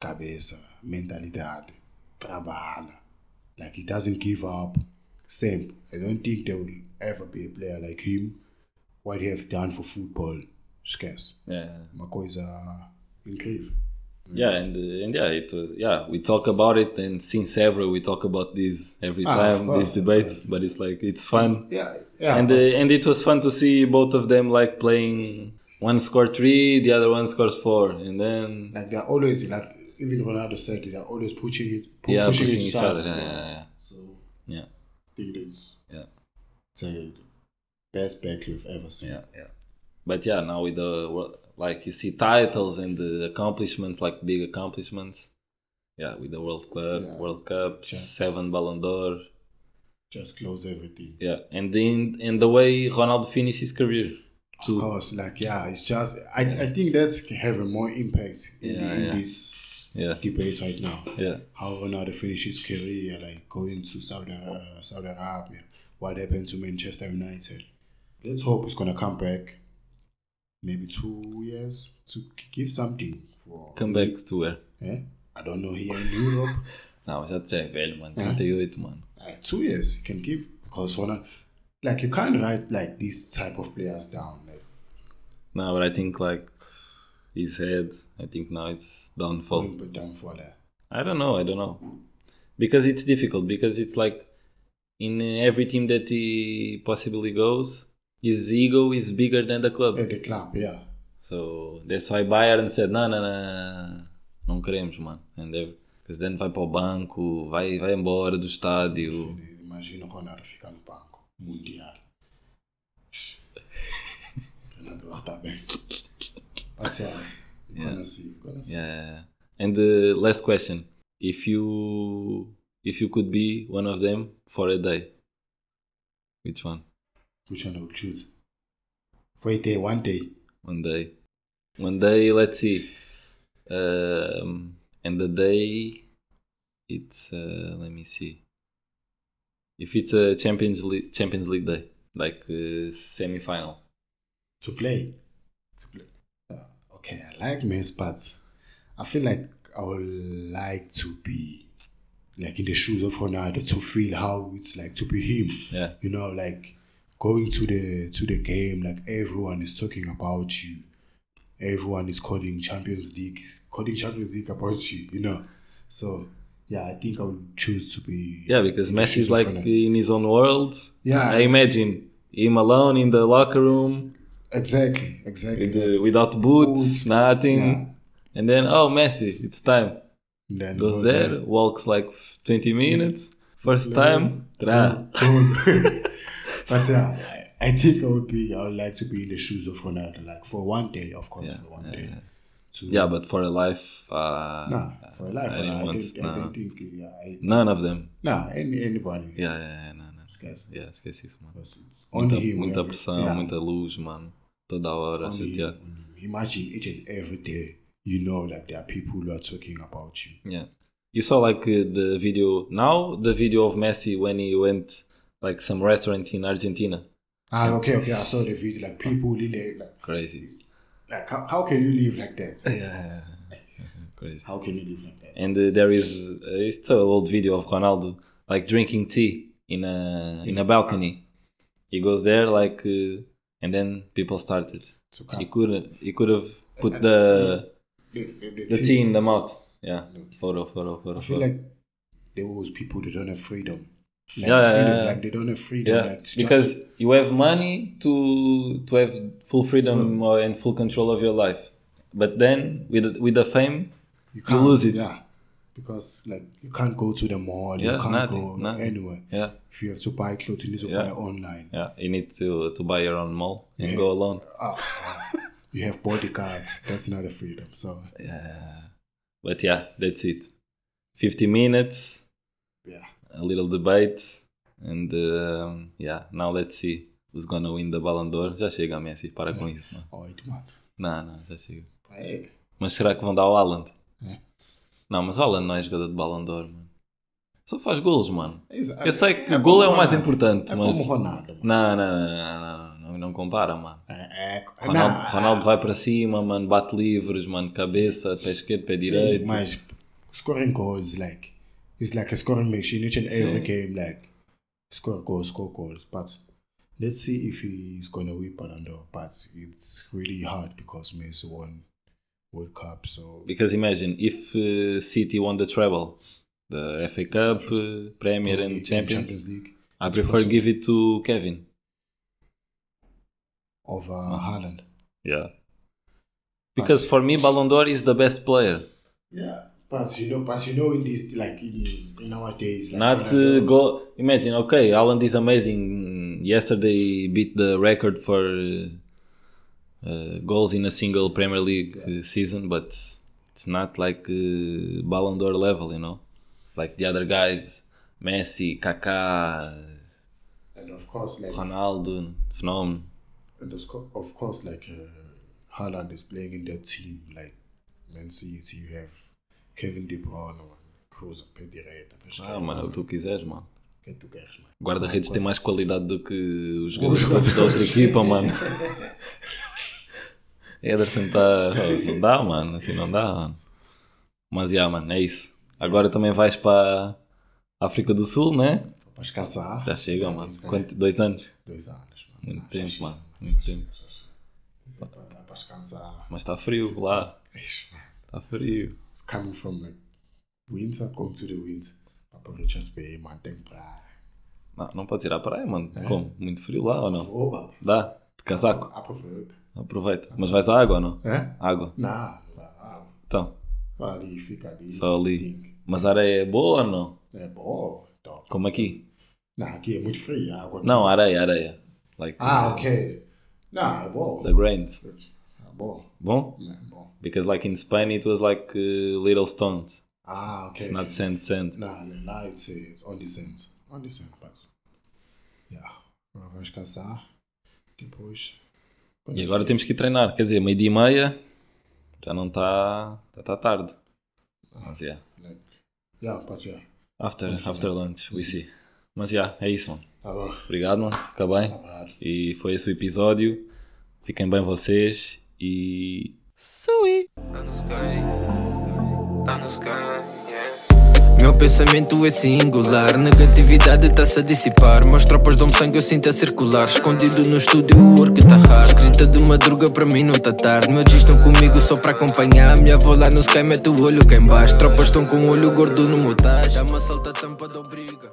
[SPEAKER 3] Cabeza, mentalidad, trabalha. Like he doesn't give up. Same. I don't think there will ever be a player like him. What he have done for football, esquece.
[SPEAKER 2] Yeah.
[SPEAKER 3] Uma coisa incrível.
[SPEAKER 2] Yeah, and, uh, and yeah, it was, yeah, we talk about it, and since ever we talk about this every
[SPEAKER 3] Ah, of
[SPEAKER 2] time,
[SPEAKER 3] course,
[SPEAKER 2] this
[SPEAKER 3] of
[SPEAKER 2] debate.
[SPEAKER 3] course.
[SPEAKER 2] But it's like it's fun,
[SPEAKER 3] Yeah, yeah.
[SPEAKER 2] and uh,
[SPEAKER 3] but-
[SPEAKER 2] and it was fun to see both of them like playing. One scored three, the other one scores four, and then
[SPEAKER 3] like they're always like even Ronaldo said they're always pushing it, pu-
[SPEAKER 2] yeah,
[SPEAKER 3] pushing,
[SPEAKER 2] pushing,
[SPEAKER 3] each,
[SPEAKER 2] each other.
[SPEAKER 3] other.
[SPEAKER 2] Yeah, yeah,
[SPEAKER 3] So
[SPEAKER 2] yeah,
[SPEAKER 3] I think that's
[SPEAKER 2] yeah,
[SPEAKER 3] the best back you've ever seen.
[SPEAKER 2] yeah, yeah. But yeah, now with the wor- like you see titles and the accomplishments, like big accomplishments. Yeah, with the World Club,
[SPEAKER 3] Yeah,
[SPEAKER 2] World Cup,
[SPEAKER 3] just-
[SPEAKER 2] seven Ballon d'Or.
[SPEAKER 3] Just close everything.
[SPEAKER 2] Yeah, and in and the way Ronaldo finished his career,
[SPEAKER 3] Of
[SPEAKER 2] too.
[SPEAKER 3] course, like yeah, it's just I, I think that's having more impact in, the,
[SPEAKER 2] Yeah,
[SPEAKER 3] in
[SPEAKER 2] yeah.
[SPEAKER 3] this
[SPEAKER 2] Yeah.
[SPEAKER 3] debate right now.
[SPEAKER 2] Yeah,
[SPEAKER 3] How Ronaldo finished his career, like going to Saudi uh, Saudi Arabia, what happened to Manchester United. Let's hope he's gonna come back, maybe two years to give something for
[SPEAKER 2] come back to where?
[SPEAKER 3] Eh? I don't know here in Europe.
[SPEAKER 2] Não, já, já é velho, mano. 38, mano.
[SPEAKER 3] Like, two years you can give because one of- like you can't write like these type of players down. Like
[SPEAKER 2] No, but I think like his head, I think now it's downfall.
[SPEAKER 3] going put down for that.
[SPEAKER 2] I don't know, I don't know. Because it's difficult, because it's like in every team that he possibly goes, his ego is bigger than the club.
[SPEAKER 3] At eh, the club, yeah.
[SPEAKER 2] So that's why Bayern said, não, não, não, não queremos, mano. And they- because then vai para o banco, vai, vai embora do estádio.
[SPEAKER 3] Imagina Ronaldo ficar no banco. Mundial. Ronaldo vai estar bem. Mas é, gonna see, gonna see.
[SPEAKER 2] Yeah. And the last question: If you if you could be one of them for a day, which one?
[SPEAKER 3] Which one I will choose? For a day, one day.
[SPEAKER 2] One day. One day. Let's see. Um, and the day, it's uh, let me see. If it's a Champions League Champions League day, like uh, semi final.
[SPEAKER 3] To play. To play. okay, I like Messi, but I feel like I would like to be like in the shoes of Ronaldo to feel how it's like to be him.
[SPEAKER 2] Yeah.
[SPEAKER 3] You know, like going to the to the game, like everyone is talking about you. Everyone is calling Champions League, calling Champions League about you. You know, so yeah, I think I would choose to be.
[SPEAKER 2] Yeah, because
[SPEAKER 3] in the
[SPEAKER 2] Messi
[SPEAKER 3] shoes
[SPEAKER 2] is
[SPEAKER 3] of
[SPEAKER 2] like
[SPEAKER 3] Ronaldo.
[SPEAKER 2] in his own world.
[SPEAKER 3] Yeah.
[SPEAKER 2] I imagine him alone in the locker room.
[SPEAKER 3] exactly, exactly.
[SPEAKER 2] with, uh, without boots,
[SPEAKER 3] Boots.
[SPEAKER 2] nothing.
[SPEAKER 3] Yeah.
[SPEAKER 2] And then, oh, Messi, it's time.
[SPEAKER 3] And then
[SPEAKER 2] Goes there, walks like f- 20 minutes. First time, tra.
[SPEAKER 3] Don't. but yeah, I- I think I would be. I would like to be in the shoes of Ronaldo, like for one day, of course, for one day. To,
[SPEAKER 2] Yeah, but for a life, uh,
[SPEAKER 3] Nah, for life, I,
[SPEAKER 2] didn't
[SPEAKER 3] I,
[SPEAKER 2] want-
[SPEAKER 3] don't, I
[SPEAKER 2] nah.
[SPEAKER 3] don't think. Yeah, I,
[SPEAKER 2] none of them.
[SPEAKER 3] nah, any, anybody.
[SPEAKER 2] Yeah, yeah, yeah, no, no.
[SPEAKER 3] esquece.
[SPEAKER 2] Yeah, esquece isso, mano.
[SPEAKER 3] Because it's on
[SPEAKER 2] Muita,
[SPEAKER 3] him.
[SPEAKER 2] muita
[SPEAKER 3] every-
[SPEAKER 2] pressão,
[SPEAKER 3] yeah,
[SPEAKER 2] muita luz, mano. Toda
[SPEAKER 3] it's
[SPEAKER 2] hora, a
[SPEAKER 3] on him,
[SPEAKER 2] chatear.
[SPEAKER 3] on him. Imagine each and every day, you know that there are people who are talking about you.
[SPEAKER 2] Yeah. You saw like uh, the video now, the video of Messi when he went like some restaurant in Argentina.
[SPEAKER 3] Ah, okay, okay. I saw the video. Like people in there, like,
[SPEAKER 2] Crazy.
[SPEAKER 3] like how, how can you live like that?
[SPEAKER 2] Yeah. Crazy.
[SPEAKER 3] How can you live like that?
[SPEAKER 2] And uh, there is uh, it's an old video of Ronaldo like drinking tea in a in a balcony. He goes there like uh, and then people started. He
[SPEAKER 3] To come,
[SPEAKER 2] could he could have
[SPEAKER 3] Uh,
[SPEAKER 2] put the
[SPEAKER 3] the, the, the
[SPEAKER 2] the
[SPEAKER 3] thing-
[SPEAKER 2] tea in the mouth. Yeah.
[SPEAKER 3] Look.
[SPEAKER 2] Photo, photo, photo.
[SPEAKER 3] I feel
[SPEAKER 2] photo.
[SPEAKER 3] like there was people that don't have freedom. Like
[SPEAKER 2] Yeah, yeah,
[SPEAKER 3] freedom,
[SPEAKER 2] yeah.
[SPEAKER 3] like they don't have freedom.
[SPEAKER 2] Yeah,
[SPEAKER 3] like it's
[SPEAKER 2] because
[SPEAKER 3] just,
[SPEAKER 2] you have money to to have full freedom or and full control of your life, but then with with the fame,
[SPEAKER 3] you,
[SPEAKER 2] you
[SPEAKER 3] can't,
[SPEAKER 2] lose it.
[SPEAKER 3] Yeah, because like you can't go to the mall, you
[SPEAKER 2] Yeah,
[SPEAKER 3] can't
[SPEAKER 2] nothing,
[SPEAKER 3] go
[SPEAKER 2] nothing.
[SPEAKER 3] anywhere.
[SPEAKER 2] yeah,
[SPEAKER 3] If you have to buy clothes, you need to
[SPEAKER 2] Yeah.
[SPEAKER 3] buy online.
[SPEAKER 2] yeah. You need to to buy your own mall and go alone.
[SPEAKER 3] Ah, you have bodyguards. That's not a freedom. So
[SPEAKER 2] Yeah, but yeah, that's it. Fifty minutes,
[SPEAKER 3] yeah,
[SPEAKER 2] a little debate, and um, yeah. Now let's see who's gonna win the Ballon d'Or. Já chega, Messi. Para com isso, mano.
[SPEAKER 3] all right, man.
[SPEAKER 2] Não, não, já chega.
[SPEAKER 3] Oh, Hey,
[SPEAKER 2] Mas será que vão dar ao Haaland?
[SPEAKER 3] É.
[SPEAKER 2] Não, mas o Haaland não é jogador de Ballon d'Or, mano. Só faz golos, mano.
[SPEAKER 3] it's-
[SPEAKER 2] Eu sei que
[SPEAKER 3] é
[SPEAKER 2] o golo é o
[SPEAKER 3] como
[SPEAKER 2] mais
[SPEAKER 3] Ronaldo.
[SPEAKER 2] importante,
[SPEAKER 3] É
[SPEAKER 2] mas...
[SPEAKER 3] como Ronaldo. mano.
[SPEAKER 2] Não, não, não, não, não, não, não compara, mano.
[SPEAKER 3] É, é,
[SPEAKER 2] Ronaldo,
[SPEAKER 3] não,
[SPEAKER 2] Ronaldo vai para cima, mano, bate livres, mano, cabeça, pé esquerdo, pé direito.
[SPEAKER 3] Mas scoring goals, like, it's like a scoring machine each and every game, like, score goals, score goals. But let's see if he's going to win Ballon d'Or. But it's really hard because Messi won World Cup, so
[SPEAKER 2] Because imagine, if uh, City won the treble, the FA Cup, uh, Premier and Champions,
[SPEAKER 3] League
[SPEAKER 2] I
[SPEAKER 3] It's
[SPEAKER 2] prefer
[SPEAKER 3] possible.
[SPEAKER 2] give it to Kevin.
[SPEAKER 3] over
[SPEAKER 2] Mm.
[SPEAKER 3] Haaland.
[SPEAKER 2] Yeah. Because for me, Ballon d'Or is the best player.
[SPEAKER 3] Yeah, but you know, but you know, in this, like, in, nowadays, like,
[SPEAKER 2] Not uh, go. Imagine, okay, Holland is amazing. Yesterday beat the record for uh, uh, goals in a single Premier League uh, season, but it's not like uh, Ballon d'Or level, you know. Like the other guys, Messi, Kaká,
[SPEAKER 3] and of course, like,
[SPEAKER 2] Ronaldo, Phnom.
[SPEAKER 3] And of co- of course, like uh, Haaland is playing in that team, like Man City, you have Kevin De Bruyne, Cruz, Pedireira,
[SPEAKER 2] Ah, mano, é o que tu quiseres, mano.
[SPEAKER 3] que tu queres, mano.
[SPEAKER 2] Guarda-redes tem mais qualidade do que os jogadores todos da outra equipa, mano. Ederson está. Não dá, mano. Assim não dá, mano. Mas, yeah, mano, é isso. Agora também vais para a África do Sul, né?
[SPEAKER 3] Vais casar?
[SPEAKER 2] Já chega, mano. Quanto? Dois anos?
[SPEAKER 3] Dois anos, mano.
[SPEAKER 2] Muito tempo, mano. Muito tempo.
[SPEAKER 3] Vais casar?
[SPEAKER 2] Mas está frio lá.
[SPEAKER 3] Eish, mano.
[SPEAKER 2] Está frio.
[SPEAKER 3] It's coming from like winter, going to the winter. Papa Richards Bay, man, tem praia.
[SPEAKER 2] Não, não podes ir à praia, mano. Como? Muito frio lá ou não?
[SPEAKER 3] Opa,
[SPEAKER 2] Dá? De casaco?
[SPEAKER 3] aproveita.
[SPEAKER 2] Aproveita. Mas vais à água ou não?
[SPEAKER 3] É?
[SPEAKER 2] Água.
[SPEAKER 3] Não, não.
[SPEAKER 2] Então,
[SPEAKER 3] Vai ali, fica ali.
[SPEAKER 2] só ali. Mas a areia é boa ou não?
[SPEAKER 3] É bom, top.
[SPEAKER 2] Como aqui?
[SPEAKER 3] Não, aqui é muito frio, a água.
[SPEAKER 2] Não, areia, areia. Like
[SPEAKER 3] Ah, ok. Não, é bom.
[SPEAKER 2] the grains.
[SPEAKER 3] É bom.
[SPEAKER 2] Bom?
[SPEAKER 3] É bom.
[SPEAKER 2] Because like in Spain it was like uh, little stones.
[SPEAKER 3] Ah, ok.
[SPEAKER 2] It's not sand sand.
[SPEAKER 3] Não, né? lá é it's, it's on the sand. On the sand, mas... Yeah. Agora vamos caçar. Depois...
[SPEAKER 2] E agora temos que ir treinar. Quer dizer, meio dia e meia já não está. Já está tarde. Mas yeah.
[SPEAKER 3] Like, yeah, but yeah.
[SPEAKER 2] After, after lunch, we see. Mas yeah, é isso, mano.
[SPEAKER 3] Tá bom. Tá
[SPEAKER 2] Obrigado, mano. Fica bem.
[SPEAKER 3] Obrigado.
[SPEAKER 2] E foi esse o episódio. Fiquem bem vocês e. Sui!
[SPEAKER 1] Tá no sky, tá no sky, yeah. Meu pensamento é singular, negatividade está-se a dissipar. Mas tropas dão sangue, eu sinto a circular. Escondido no estúdio, o work tá raro. Escrita de madruga, pra mim não tá tarde. Meus dias estão comigo só pra acompanhar. Minha avó lá no sky, mete o olho cá embaixo. Tropas estão com o olho gordo no motage. Dá uma salta tampa da obriga.